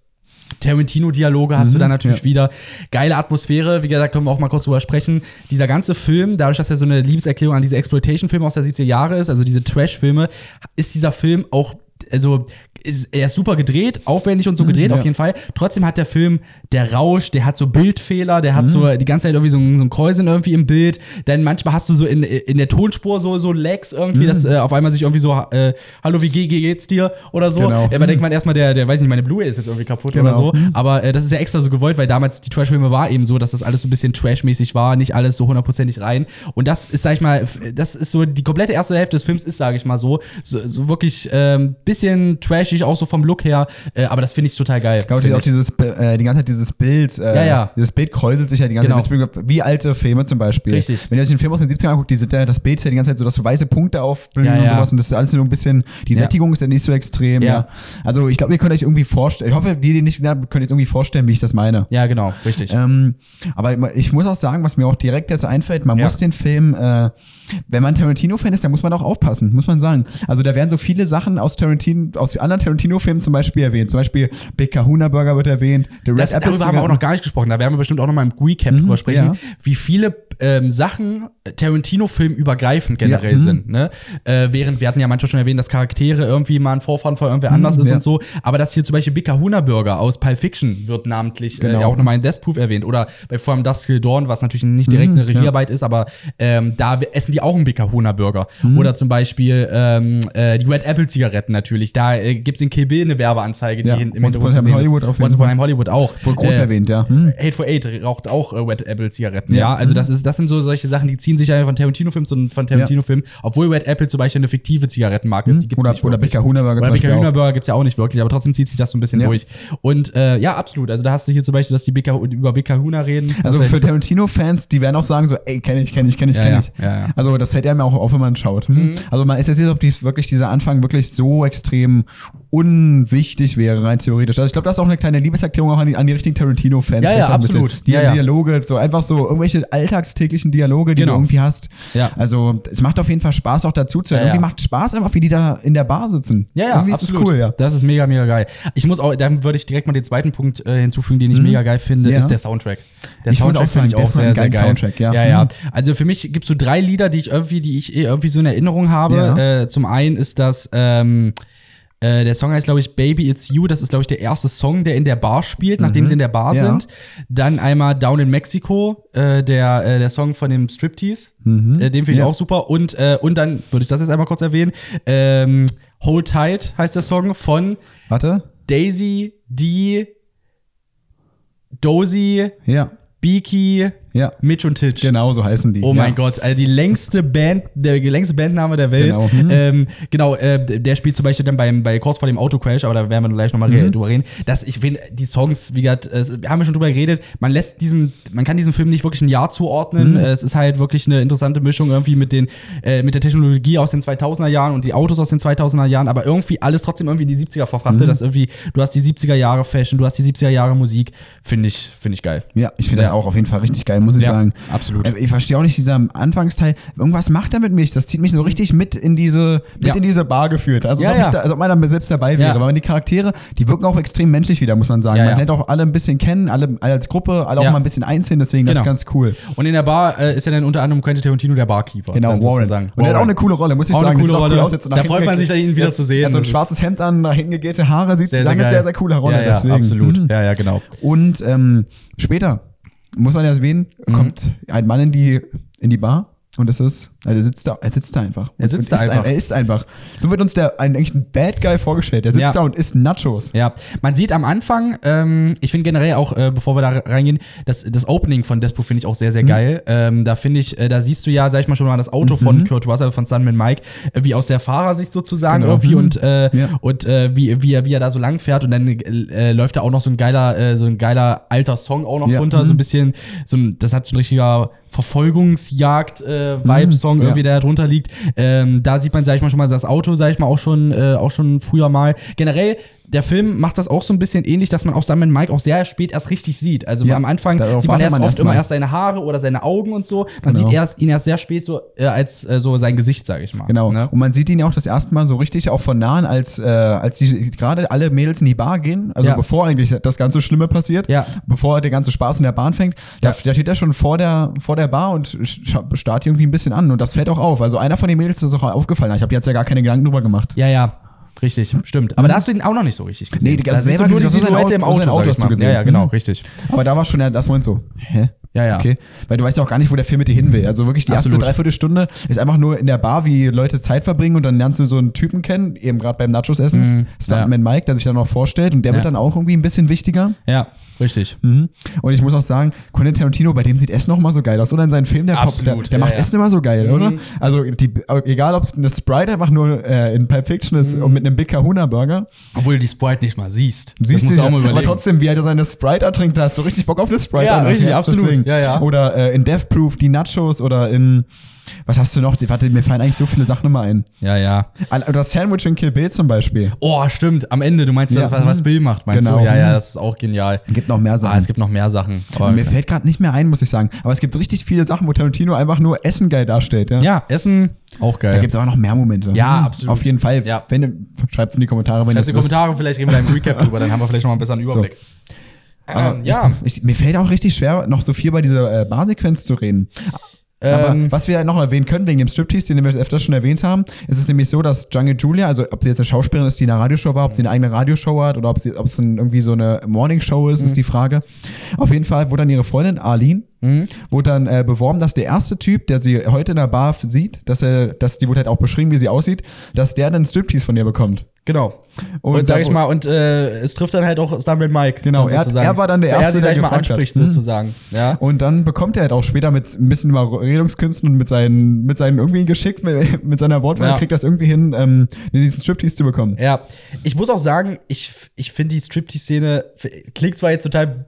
Tarantino-Dialoge hast du da natürlich
Mhm, ja.
wieder. Geile Atmosphäre, wie gesagt, da können wir auch mal kurz drüber sprechen. Dieser ganze Film, dadurch, dass er so eine Liebeserklärung an diese Exploitation-Filme aus der 70er Jahre ist, also diese Trash-Filme, ist dieser Film auch, also ist, er ist super gedreht, aufwendig und so gedreht, auf
Mhm, ja.
jeden Fall. Trotzdem hat der Film, der Rausch, der hat so Bildfehler, der
Mhm.
hat so die ganze Zeit irgendwie so, ein- so ein Kräuseln irgendwie im Bild. Dann manchmal hast du so in, in der Tonspur so, so Lags irgendwie, dass
Mhm.
äh, auf einmal sich irgendwie so, äh, hallo, wie ge- ge- geht's dir? Oder so.
Genau.
Ja, aber denkt man erstmal, der, der weiß nicht, meine Blu-ray ist jetzt irgendwie kaputt oder
Genau.
so. Aber äh, das ist ja extra so gewollt, weil damals die Trash-Filme war eben so, dass das alles so ein bisschen Trash-mäßig war, nicht alles so hundertprozentig rein. Und das ist, sag ich mal, f- das ist so, die komplette erste Hälfte des Films ist, sage ich mal so, so, so wirklich ähm, bisschen trashig, auch so vom Look her. Äh, aber das finde ich total geil.
glaube ich,
Find
auch dieses, äh, die ganze Zeit dieses Bild, äh,
Ja, ja.
dieses Bild kräuselt sich ja die ganze
Genau.
Zeit. Deswegen, Wie alte Filme zum Beispiel.
Richtig.
Wenn ihr euch den Film aus den 70ern anguckt, die sind ja, das Bild ist ja die ganze Zeit so, dass so weiße Punkte aufblühen
Ja,
und
ja.
sowas. Und das ist alles nur ein bisschen, die
Ja.
Sättigung ist ja nicht so extrem.
Ja.
Ja. Also ich glaube, ihr könnt euch irgendwie vorstellen, ich hoffe, die, die nicht gesehen haben, könnt jetzt irgendwie vorstellen, wie ich das meine.
Ja, genau, richtig.
Ähm, aber ich muss auch sagen, was mir auch direkt jetzt einfällt, man
Ja.
muss den Film, äh, wenn man Tarantino-Fan ist, dann muss man auch aufpassen, muss man sagen. Also da werden so viele Sachen aus Tarantino, aus anderen Tarantino-Filmen zum Beispiel erwähnt. Zum Beispiel Big Kahuna Burger wird erwähnt, The Red
das,
Apple ne? Mhm,
darüber haben wir auch noch gar nicht gesprochen. Da werden wir bestimmt auch noch mal im Recap drüber sprechen,
ja.
wie viele ähm, Sachen Tarantino-Film übergreifend generell
Ja, mhm.
sind. Ne? Äh, während wir hatten ja manchmal schon erwähnt, dass Charaktere irgendwie mal ein Vorfahren von irgendwer anders ist
Mhm, ja.
und so. Aber dass hier zum Beispiel Big Kahuna Burger aus Pulp Fiction wird namentlich äh,
Genau.
ja auch nochmal in Death Proof erwähnt. Oder bei From Dusk Till Dawn, was natürlich nicht direkt
Mhm,
eine Regiearbeit ist, aber ähm, da w- essen die auch einen Big Kahuna Burger.
Mhm.
Oder zum Beispiel ähm, äh, die Red Apple Zigaretten natürlich. Da äh, gibt's in Kill Bill eine Werbeanzeige, die
Ja,
hin- im
Once Upon
Hintergrund
a
zu
Time
sehen ist.
Hollywood auf jeden
Once Upon a
Fall.
Time Hollywood auch.
Wurde groß
Äh,
erwähnt, ja. Hm.
Hate for Eight raucht auch äh, Red Apple Zigaretten. Ja, also das ist, das sind so solche Sachen, die ziehen sich ja von Tarantino-Filmen zu von Tarantino-Filmen, obwohl Red Apple zum Beispiel eine fiktive Zigarettenmarke ist. Die gibt's
Oder,
nicht
oder
wirklich.
Big Kahuna Burger
Oder
zum
Bika
Beispiel auch.
Hühnerburger gibt es ja auch nicht wirklich, aber trotzdem zieht sich das so ein bisschen
Ja.
durch. Und äh, ja, absolut. Also da hast du hier zum Beispiel, dass die Bika, über Bika Hühner reden.
Also
Das
für
heißt,
Tarantino-Fans, die werden auch sagen so, ey, kenne ich, kenne ich, kenne ich,
Ja,
kenne
ja,
ich.
ja, Mhm. ja.
Also das fällt einem auch auf, wenn man schaut. Hm? Also man ist jetzt nicht, ob die wirklich dieser Anfang wirklich so extrem unwichtig wäre, rein theoretisch. Also ich glaube, das ist auch eine kleine Liebeserklärung auch an die, an die richtigen Tarantino-Fans.
Ja, ja,
vielleicht auch ein bisschen.
absolut.
Die
Ja, ja.
Dialoge, so einfach so irgendwelche alltagstäglichen Dialoge, die
Genau.
du irgendwie hast.
Ja.
Also es macht auf jeden Fall Spaß, auch dazu zu hören.
Ja, ja.
Irgendwie macht Spaß einfach, wie die da in der Bar sitzen.
Ja, ja,
irgendwie
absolut.
ist das cool, ja.
Das ist mega, mega geil. Ich muss auch, dann würde ich direkt mal den zweiten Punkt äh, hinzufügen, den ich mega geil finde,
Mhm. Ja.
ist der Soundtrack. Der
Ich wollte auch sagen,
finde
der hat einen geilen Soundtrack, ja.
ja, ja.
Mhm.
Also für mich gibt es so drei Lieder, die ich irgendwie, die ich eh irgendwie so in Erinnerung habe.
Ja.
Äh, zum einen ist das ähm, äh, der Song heißt, glaube ich, Baby It's You. Das ist, glaube ich, der erste Song, der in der Bar spielt, nachdem sie in der Bar
Mhm. Ja.
sind. Dann einmal Down in Mexico, äh, der, äh, der Song von dem Striptease. Äh, den finde
Mhm.
ich
Ja.
auch super. Und, äh, und dann würde ich das jetzt einmal kurz erwähnen. Ähm, Hold Tight heißt der Song von
Warte.
Daisy D. Dozy,
Ja,
Beaky,
ja.
Mitch und Titch.
Genau so heißen die.
Oh mein
ja.
Gott, also die längste Band, der längste Bandname der Welt.
Genau.
Genau,
Hm.
ähm, genau äh, der spielt zum Beispiel dann beim, bei kurz vor dem Autocrash, aber da werden wir gleich nochmal mhm. drüber reden. Das, ich finde, die Songs, wie gesagt, äh, es- wir haben ja schon drüber geredet, man lässt diesen, man kann diesen Film nicht wirklich ein Jahr zuordnen.
Mhm.
Äh, Es ist halt wirklich eine interessante Mischung irgendwie mit den, äh, mit der Technologie aus den 2000er Jahren und die Autos aus den 2000er Jahren, aber irgendwie alles trotzdem irgendwie in die 70er verfrachtet,
Mhm.
dass irgendwie, du hast die 70er Jahre Fashion, du hast die 70er Jahre Musik, finde ich, finde ich geil.
Ja, ich finde
Ja.
das auch auf jeden Fall richtig geil, muss ich
Ja,
sagen.
absolut.
Äh, Ich verstehe auch nicht dieser Anfangsteil. Irgendwas macht er mit mich. Das zieht mich so richtig mit in diese, mit
Ja.
in diese Bar geführt. Also,
Ja,
als, ob ich
ja.
da, als ob man da selbst dabei wäre.
Ja.
Weil man die Charaktere, die wirken auch extrem menschlich wieder, muss man sagen.
Ja,
man
ja.
lernt auch alle ein bisschen kennen, alle, alle als Gruppe, alle
Ja.
auch mal ein bisschen einzeln. Deswegen das
Genau.
ist ganz cool.
Und in der Bar äh, ist ja dann unter anderem Quentin Tarantino der Barkeeper.
Genau,
dann
Warren.
sozusagen.
Und er hat auch
Warren.
eine coole Rolle, muss ich
Auch eine
sagen.
coole
auch
Rolle.
aus, jetzt so
Da
nach hinten
freut man sich,
gekehrt.
ihn wieder zu sehen.
Er hat so ein
Das ist
schwarzes Hemd an, nach hinten gegelte Haare, sieht
Sehr, sehr
lange
geil.
sehr, sehr coole Rolle.
Ja, ja,
deswegen.
absolut.
Mhm.
Ja, ja, genau.
Und ähm, später, muss man ja erwähnen,
Mhm.
kommt ein Mann in die, in die Bar und es ist, also er sitzt da, er sitzt da einfach.
Er sitzt
und
da
isst
einfach.
Ein, er ist einfach. So wird uns der ein, eigentlich ein Bad Guy vorgestellt. Der sitzt
Ja.
da und isst Nachos.
Ja, man sieht am Anfang, ähm, ich finde generell auch, äh, bevor wir da reingehen, das, das Opening von Despo finde ich auch sehr, sehr
Mhm.
geil. Ähm, da finde ich, äh, da siehst du ja, sag ich mal schon mal, das Auto von
Mhm.
Kurt Russell, von Sunman Mike, äh, wie aus der Fahrersicht sozusagen
Genau.
irgendwie
Mhm.
und, äh,
Ja.
und äh, wie, wie, er, wie er da so lang fährt und dann äh, läuft da auch noch so ein geiler, äh, so ein geiler alter Song auch noch
Ja.
runter, so ein
Mhm.
bisschen, so ein, das hat so ein richtiger äh, Verfolgungsjagd-Vibe-Song
Mhm.
irgendwie,
Ja.
der da drunter liegt. Ähm, da sieht man, sag ich mal, schon mal das Auto, sag ich mal, auch schon, äh, auch schon früher mal. Generell, der Film macht das auch so ein bisschen ähnlich, dass man auch Sam Mike auch sehr spät erst richtig sieht. Also
Ja,
am Anfang
darauf
sieht man
wartet
erst
man
oft
erst
immer
mal.
erst seine Haare oder seine Augen und so. Man
Genau.
sieht erst, ihn erst sehr spät so äh, als äh, so sein Gesicht, sag ich mal.
Genau.
Ne?
Und man sieht ihn ja auch das erste Mal so richtig auch von nahen, als, äh, als die gerade alle Mädels in die Bar gehen, also
Ja.
bevor eigentlich das ganze Schlimme passiert,
Ja.
bevor der ganze Spaß in der Bahn fängt, da,
Ja.
da steht er schon vor der, vor der Bar und sch- starrt irgendwie ein bisschen an. Und das fällt auch auf. Also einer von den Mädels ist auch aufgefallen. Ich habe jetzt ja gar keine Gedanken drüber gemacht.
Ja, ja. Richtig, stimmt. Aber da hast du ihn auch noch nicht so richtig gesehen.
Mhm. Nee, die- also
das ist so
selber
nur die
gesehen, Mhm. das ist sein
Silhouette im
Auto,
Auto,
sein Auto
sag ich
hast du
mal.
gesehen.
Ja, ja, genau,
Mhm.
richtig.
Aber da war schon der- das Moment so, hä?
Ja, ja.
Okay. Weil du weißt ja auch gar nicht, wo der Film mit dir hin will. Also wirklich die erste
Absolut.
Dreiviertelstunde ist einfach nur in der Bar, wie Leute Zeit verbringen und dann lernst du so einen Typen kennen, eben gerade beim Nachos-Essen, Stuntman Mike, der sich dann noch vorstellt und der
Mhm. Ja.
wird dann auch irgendwie ein bisschen wichtiger.
Ja, richtig.
Mhm. Und ich muss auch sagen, Quentin Tarantino, bei dem sieht Essen auch mal so geil aus. Oder in seinen Filmen, der, Pop, der,
Absolut,
der
ja, Mhm.
macht
ja.
Essen immer so geil, oder? Also die, egal, ob es eine Sprite einfach nur äh, in Pulp Fiction
Mhm.
ist und mit einem Big Kahuna Burger.
Obwohl du die Sprite nicht mal siehst.
Siehst du,
auch mal
aber
überlegen.
trotzdem, wie er seine Sprite ertrinkt, da hast du richtig Bock auf eine Sprite.
Ja,
danach,
richtig, absolut.
Deswegen.
Ja, ja.
Oder äh, in Death Proof die Nachos oder in, was hast du noch? Warte, mir fallen eigentlich so viele Sachen immer ein.
Ja, ja.
Al- Oder Sandwich in Kill Bill zum Beispiel.
Oh, stimmt. Am Ende, du meinst
Ja,
das, was, was
hm.
Bill macht, meinst
Genau,
du? Ja, ja,
hm.
das ist auch genial.
Gibt noch mehr Sachen.
Ah, es gibt noch mehr Sachen. aber-
Mir fällt gerade nicht mehr ein, muss ich sagen. Aber es gibt richtig viele Sachen, wo Tarantino einfach nur Essen geil darstellt. Ja,
ja, Essen, auch
Da
geil.
gibt es auch noch mehr Momente.
Ja,
Hm,
absolut.
Auf jeden Fall.
Ja.
Wenn, schreibt es in die Kommentare, wenn
Schreib's in die
ihr's wisst.
Kommentare, vielleicht reden wir da im Recap drüber, dann haben wir vielleicht noch mal einen besseren Überblick.
Aber
Ähm, ja,
Ich, ich, mir fällt auch richtig schwer, noch so viel bei dieser äh, Barsequenz zu reden.
Ähm.
Aber was wir noch erwähnen können, wegen dem Striptease, den wir öfter schon erwähnt haben, ist es nämlich so, dass Jungle Julia, also ob sie jetzt eine Schauspielerin ist, die in einer Radioshow war, ob sie eine eigene Radioshow hat oder ob sie, ob es ein, irgendwie so eine Morningshow ist,
Mhm.
ist die Frage. Auf jeden Fall wurde dann ihre Freundin Arlene,
Mhm.
wurde dann äh, beworben, dass der erste Typ, der sie heute in der Bar f- sieht, dass er, dass die wurde halt auch beschrieben, wie sie aussieht, dass der dann Striptease von ihr bekommt.
genau. Und,
Und
sag
da-
ich mal, und äh, es trifft dann halt auch Stuntman Mike.
Genau,
dann
er hat-
sozusagen.
er war dann der
Weil
Erste,
er sie,
der
sag ich mal,
gefragt hat.
anspricht
Hm.
sozusagen. Ja.
Und dann bekommt er halt auch später mit ein bisschen Überredungskünsten und mit seinen, mit seinen irgendwie geschickt, mit, mit seiner Wortwahl,
Ja.
kriegt das irgendwie hin, ähm, diesen Striptease zu bekommen.
Ja, ich muss auch sagen, ich, f- ich finde die Striptease-Szene f- klingt zwar jetzt total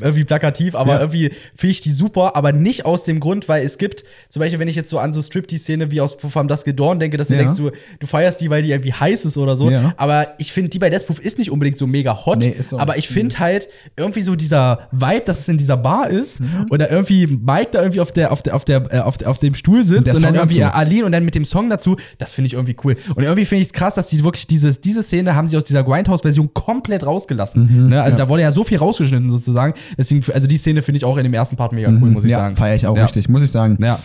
irgendwie plakativ, aber
Ja.
irgendwie finde ich die super, aber nicht aus dem Grund, weil es gibt, zum Beispiel, wenn ich jetzt so an so Striptease-Szene wie aus From Das Dorn denke, dass du
Ja.
denkst, du, du feierst die, weil die irgendwie heiß ist oder so,
Ja.
aber ich finde, die bei Death Proof ist nicht unbedingt so mega hot,
Nee, ist auch
aber ich finde halt irgendwie so dieser Vibe, dass es in dieser Bar ist
Mhm.
und da irgendwie Mike da irgendwie auf der, auf der, auf der, äh, auf, der- auf dem Stuhl sitzt
Der
und dann
Song
irgendwie
dazu.
Aline und dann mit dem Song dazu, das finde ich irgendwie cool. Und irgendwie finde ich es krass, dass die wirklich dieses, diese Szene haben sie aus dieser Grindhouse-Version komplett rausgelassen.
Mhm,
ne? Also da wurde ja so viel rausgeschnitten sozusagen. Deswegen, also die Szene finde ich auch in dem ersten Part mega cool,
Hm,
muss ich
Mhm, ja,
sagen.
feiere ich auch
ja.
richtig, muss ich sagen.
Ja.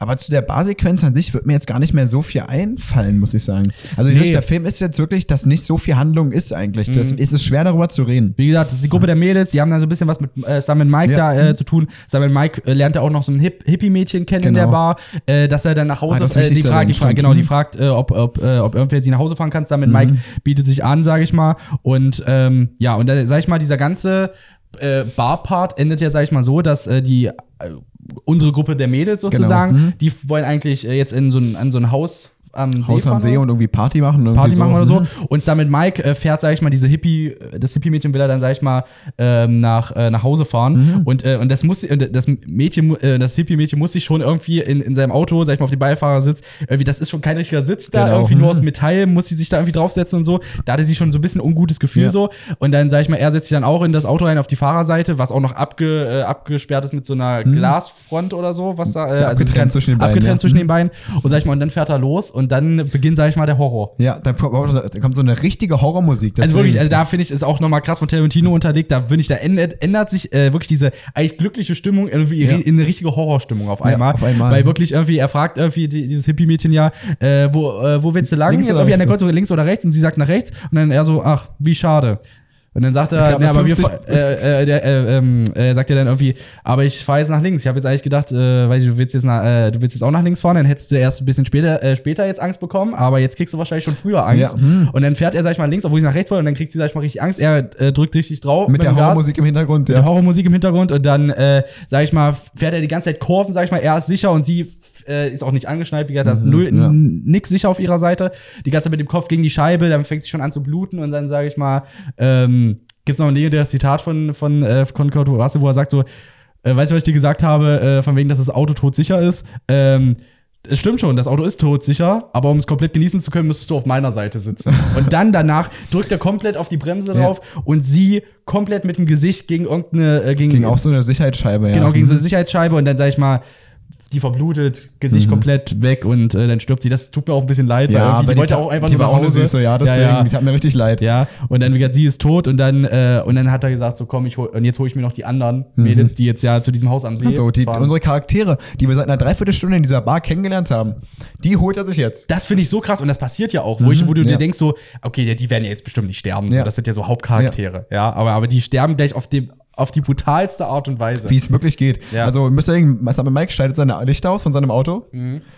Aber zu der Barsequenz an sich wird mir jetzt gar nicht mehr so viel einfallen, muss ich sagen. Also
Nee.
wirklich, der Film ist jetzt wirklich, dass nicht so viel Handlung ist eigentlich. Das
Mhm.
ist es schwer darüber zu reden.
Wie gesagt, das ist die Gruppe der Mädels, die haben dann so ein bisschen was mit äh, Sam und Mike
Ja.
da äh, zu tun. Sam und Mike äh, lernt ja auch noch so ein Hip Hippie-Mädchen kennen in
Genau.
der Bar, äh, dass er dann nach Hause,
Ah, das ist
äh,
wichtig
die
zu
fragt, die
erwähnen,
fragt,
stimmt.
genau, die
Mhm.
fragt, äh, ob, ob, äh, ob irgendwer sie nach Hause fahren kann. Sam und Mike bietet sich an, sage ich mal. Und ähm, ja, und da sag ich mal, dieser ganze äh, Bar-Part endet ja, sag ich mal, so, dass äh, die äh, unsere Gruppe der Mädels
Genau.
sozusagen,
Mhm.
die wollen eigentlich äh, jetzt in so ein, an so ein Haus am See
Haus am
fahren
See und irgendwie Party machen. Irgendwie
Party machen oder
Mhm.
so. Und damit Mike äh, fährt, sag ich mal, diese Hippie, äh, das Hippie-Mädchen will er dann, sag ich mal, ähm, nach, äh, nach Hause
Mhm.
fahren. Und, äh, und das muss, und das Mädchen, mu- äh, das Hippie-Mädchen muss sich schon irgendwie in, in seinem Auto, sag ich mal, auf den Beifahrersitz, irgendwie, das ist schon kein richtiger Sitz da,
Genau.
irgendwie nur aus Metall, muss sie sich da irgendwie draufsetzen und so. Da hatte sie schon so ein bisschen ungutes Gefühl
Ja.
so. Und dann, sag ich mal, er setzt sich dann auch in das Auto rein auf die Fahrerseite, was auch noch abge, äh, abgesperrt ist mit so einer Glasfront oder so, was da, äh, also
Mhm. Abgetrennt
kann-
zwischen den beiden,
Abgetrennt
ja. Mhm.
zwischen den beiden. Und sag ich mal, und dann fährt er los und dann beginnt, sag ich mal, der Horror.
Ja, da kommt da kommt so eine richtige Horrormusik.
Also
deswegen-
wirklich, also da finde ich, ist auch nochmal krass von Tarantino unterlegt, da finde ich, da ändert, ändert sich äh, wirklich diese eigentlich glückliche Stimmung irgendwie
Ja.
in eine richtige Horrorstimmung auf einmal.
auf einmal.
Weil wirklich irgendwie, er fragt irgendwie die, dieses Hippie-Mädchen ja, äh, wo, äh, wo willst du lang?
Links
jetzt
oder
irgendwie an der
rechts?
Kreuzung links oder rechts und sie sagt nach rechts und dann er so, ach, wie schade. Und dann sagt
Es
er,
gab
ne,
noch
aber wir,
50
fa- äh, äh, der, äh, ähm, äh, sagt er dann irgendwie, aber ich fahre jetzt nach links. Ich habe jetzt eigentlich gedacht, äh, weiß ich, du willst jetzt, nach, äh, du willst jetzt auch nach links fahren, dann hättest du erst ein bisschen später, äh, später jetzt Angst bekommen, aber jetzt kriegst du wahrscheinlich schon früher Angst.
Ja, hm.
Und dann fährt er, sag ich mal, links, obwohl sie nach rechts wollte, und dann kriegt sie, sag ich mal, richtig Angst. Er äh, drückt richtig drauf
mit der
dem Gas,
Horrormusik im Hintergrund,
mit der
ja.
Horrormusik im Hintergrund und dann, äh, sag ich mal, fährt er die ganze Zeit Kurven, sag ich mal, er ist sicher und sie f- äh, ist auch nicht angeschnallt, wie gesagt, da ist null,
Mhm, ja.
n- nix sicher auf ihrer Seite. Die ganze Zeit mit dem Kopf gegen die Scheibe, dann fängt sie schon an zu bluten und dann, sage ich mal, ähm, gibt's noch ein legendäres Zitat von, von, äh, von Kurt Russell, wo er sagt so, äh, weißt du, was ich dir gesagt habe, äh, von wegen, dass das Auto todsicher ist? Ähm, es stimmt schon, das Auto ist todsicher, aber um es komplett genießen zu können, müsstest du auf meiner Seite sitzen. Und dann danach drückt er komplett auf die Bremse drauf und sie komplett mit dem Gesicht gegen irgendeine, äh, gegen,
Gegen auch so eine Sicherheitsscheibe, ja. Mhm.
genau, gegen so eine Sicherheitsscheibe und dann sag ich mal, die verblutet, Gesicht komplett weg und äh, dann stirbt sie. Das tut mir auch ein bisschen leid,
Mhm. ja,
irgendwie
aber
die wollte auch einfach
die
nur nach
war auch eine
Hause.
Süße, ja, deswegen, die tat mir richtig leid.
Ja, und dann, wie gesagt, sie ist tot und dann, äh, und dann hat er gesagt, so komm, ich hol, und jetzt hole ich mir noch die anderen Mädels, die jetzt ja zu diesem Haus am See
Mhm. So, die,
fahren.
unsere Charaktere, die wir seit einer Dreiviertelstunde in dieser Bar kennengelernt haben, die holt er sich jetzt.
das finde ich so krass und das passiert ja auch, wo, ich, wo du dir
Mhm. ja.
denkst so, okay, die, die werden ja jetzt bestimmt nicht sterben, so,
Ja.
das sind ja so Hauptcharaktere, ja, aber, aber die sterben gleich auf dem auf die brutalste Art und Weise.
wie es wirklich geht.
Ja.
Also müsst ihr denken, Master Mike schneidet seine Lichter aus von seinem Auto,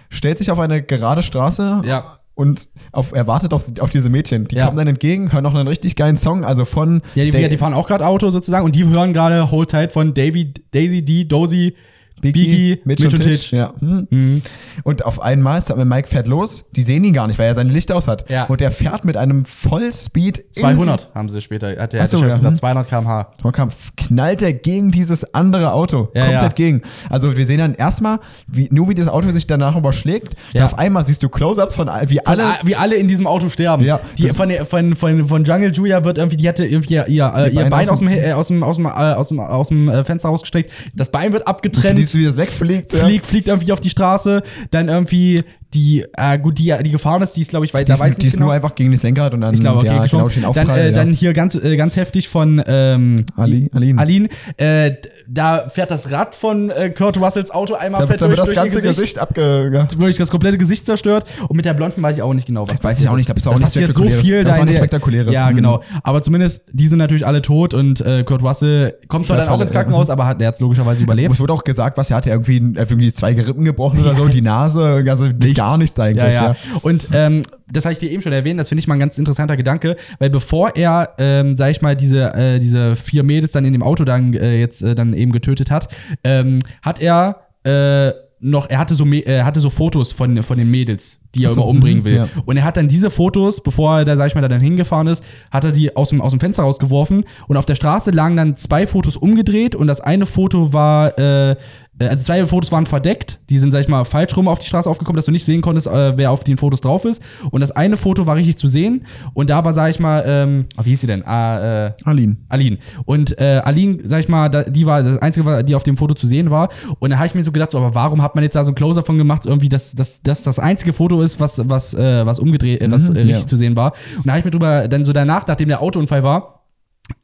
stellt sich auf eine gerade Straße
Mhm. Ja.
und auf, er wartet auf, auf diese Mädchen. Die
Ja.
kommen dann entgegen, hören noch einen richtig geilen Song, also von
Ja, die,
Da-
ja, die fahren auch gerade Auto sozusagen und die hören gerade Hold Tight von Davy, Daisy D, Dozy, Biggie, Mitch, und Titch. Mhm.
Ja. Hm. Und auf einmal ist dann Mike fährt los, die sehen ihn gar nicht, weil er seine Lichter aus hat.
Ja.
Und er fährt mit einem Vollspeed in
200 haben sie später, hat der,
Ach so,
der Chef
ja,
gesagt,
hm.
200 km/h.
sie- Kampf knallt er gegen dieses andere Auto.
Ja,
komplett
ja.
gegen. Also wir sehen dann erstmal, wie, nur wie das Auto sich danach überschlägt.
Ja.
Und auf einmal siehst du Close-Ups von all- wie
Alle,
alle.
Ah, wie alle in diesem Auto sterben.
Ja.
Die, von, der- von, von, von Jungle Julia wird irgendwie, die hatte irgendwie ihr, ihr, äh, ihr
Beine
Bein
aus
aus dem,
dem-
He- äh, aus dem, aus dem, äh, aus dem, aus dem äh, Fenster rausgestreckt. Das Bein wird abgetrennt.
Siehst du, wie das wegfliegt. ja.
fliegt, fliegt irgendwie auf die Straße, dann irgendwie die, äh, gut, die, die gefahren ist, die ist, glaube ich, weil
Die
da
ist,
weiß ich
die
nicht
ist
genau.
nur einfach gegen das Lenkrad und dann
ich glaube, okay,
ja,
geschoben.
genau, den Aufprall,
dann, äh,
ja.
dann hier ganz, äh, ganz heftig von ähm,
Ali- Aline.
Aline. Äh, d- da fährt das Rad von äh, Kurt Russells Auto einmal
da
fett
wird, da
durch,
wird das
durch
ganze
ihr
Gesicht, abge...
Wirklich das komplette Gesicht zerstört. Und mit der Blonden weiß ich auch nicht genau, was
Weiß ich auch nicht, da bist du auch
das
nicht
passiert so viel.
Das
da
war
in
nichts
der-
Spektakuläres.
Ja,
Hm.
genau. Aber zumindest, die sind natürlich alle tot und äh, Kurt Russell kommt zwar dann auch
Schwerfall,
ins Krankenhaus, aber hat, er hat logischerweise überlebt.
Es wurde auch gesagt, was er hatte irgendwie, er hat irgendwie zwei Rippen gebrochen oder so, die Nase, also gar nichts eigentlich.
Ja, ja.
ja.
Und ähm, das habe ich dir eben schon erwähnt, das finde ich mal ein ganz interessanter Gedanke, weil bevor er, ähm, sag ich mal, diese, äh, diese vier Mädels dann in dem Auto dann äh, jetzt äh, dann eben getötet hat, ähm, hat er äh, noch, er hatte so, Mä- äh, hatte so Fotos von, von den Mädels, die er
Ach so, mhm,
immer umbringen will.
ja.
Und er hat dann diese Fotos, bevor er da, sag ich mal, da dann hingefahren ist, hat er die aus dem, aus dem Fenster rausgeworfen und auf der Straße lagen dann zwei Fotos umgedreht und das eine Foto war, äh, äh, also zwei Fotos waren verdeckt, die sind, sag ich mal, falsch rum auf die Straße aufgekommen, dass du nicht sehen konntest, äh, wer auf den Fotos drauf ist. Und das eine Foto war richtig zu sehen und da war, sag ich mal, ähm, ah, wie hieß sie denn? Ah, äh,
Aline.
Aline. Und äh, Aline, sag ich mal, da, die war das Einzige, war- die auf dem Foto zu sehen war. Und da habe ich mir so gedacht, so, aber warum hat man jetzt da so ein Close davon gemacht, so irgendwie, dass, dass, dass das einzige Foto ist, was, was, äh, was umgedreht, äh, was äh,
Mhm,
richtig
ja.
zu sehen war. Und da habe ich mir drüber, dann so danach, nachdem der Autounfall war,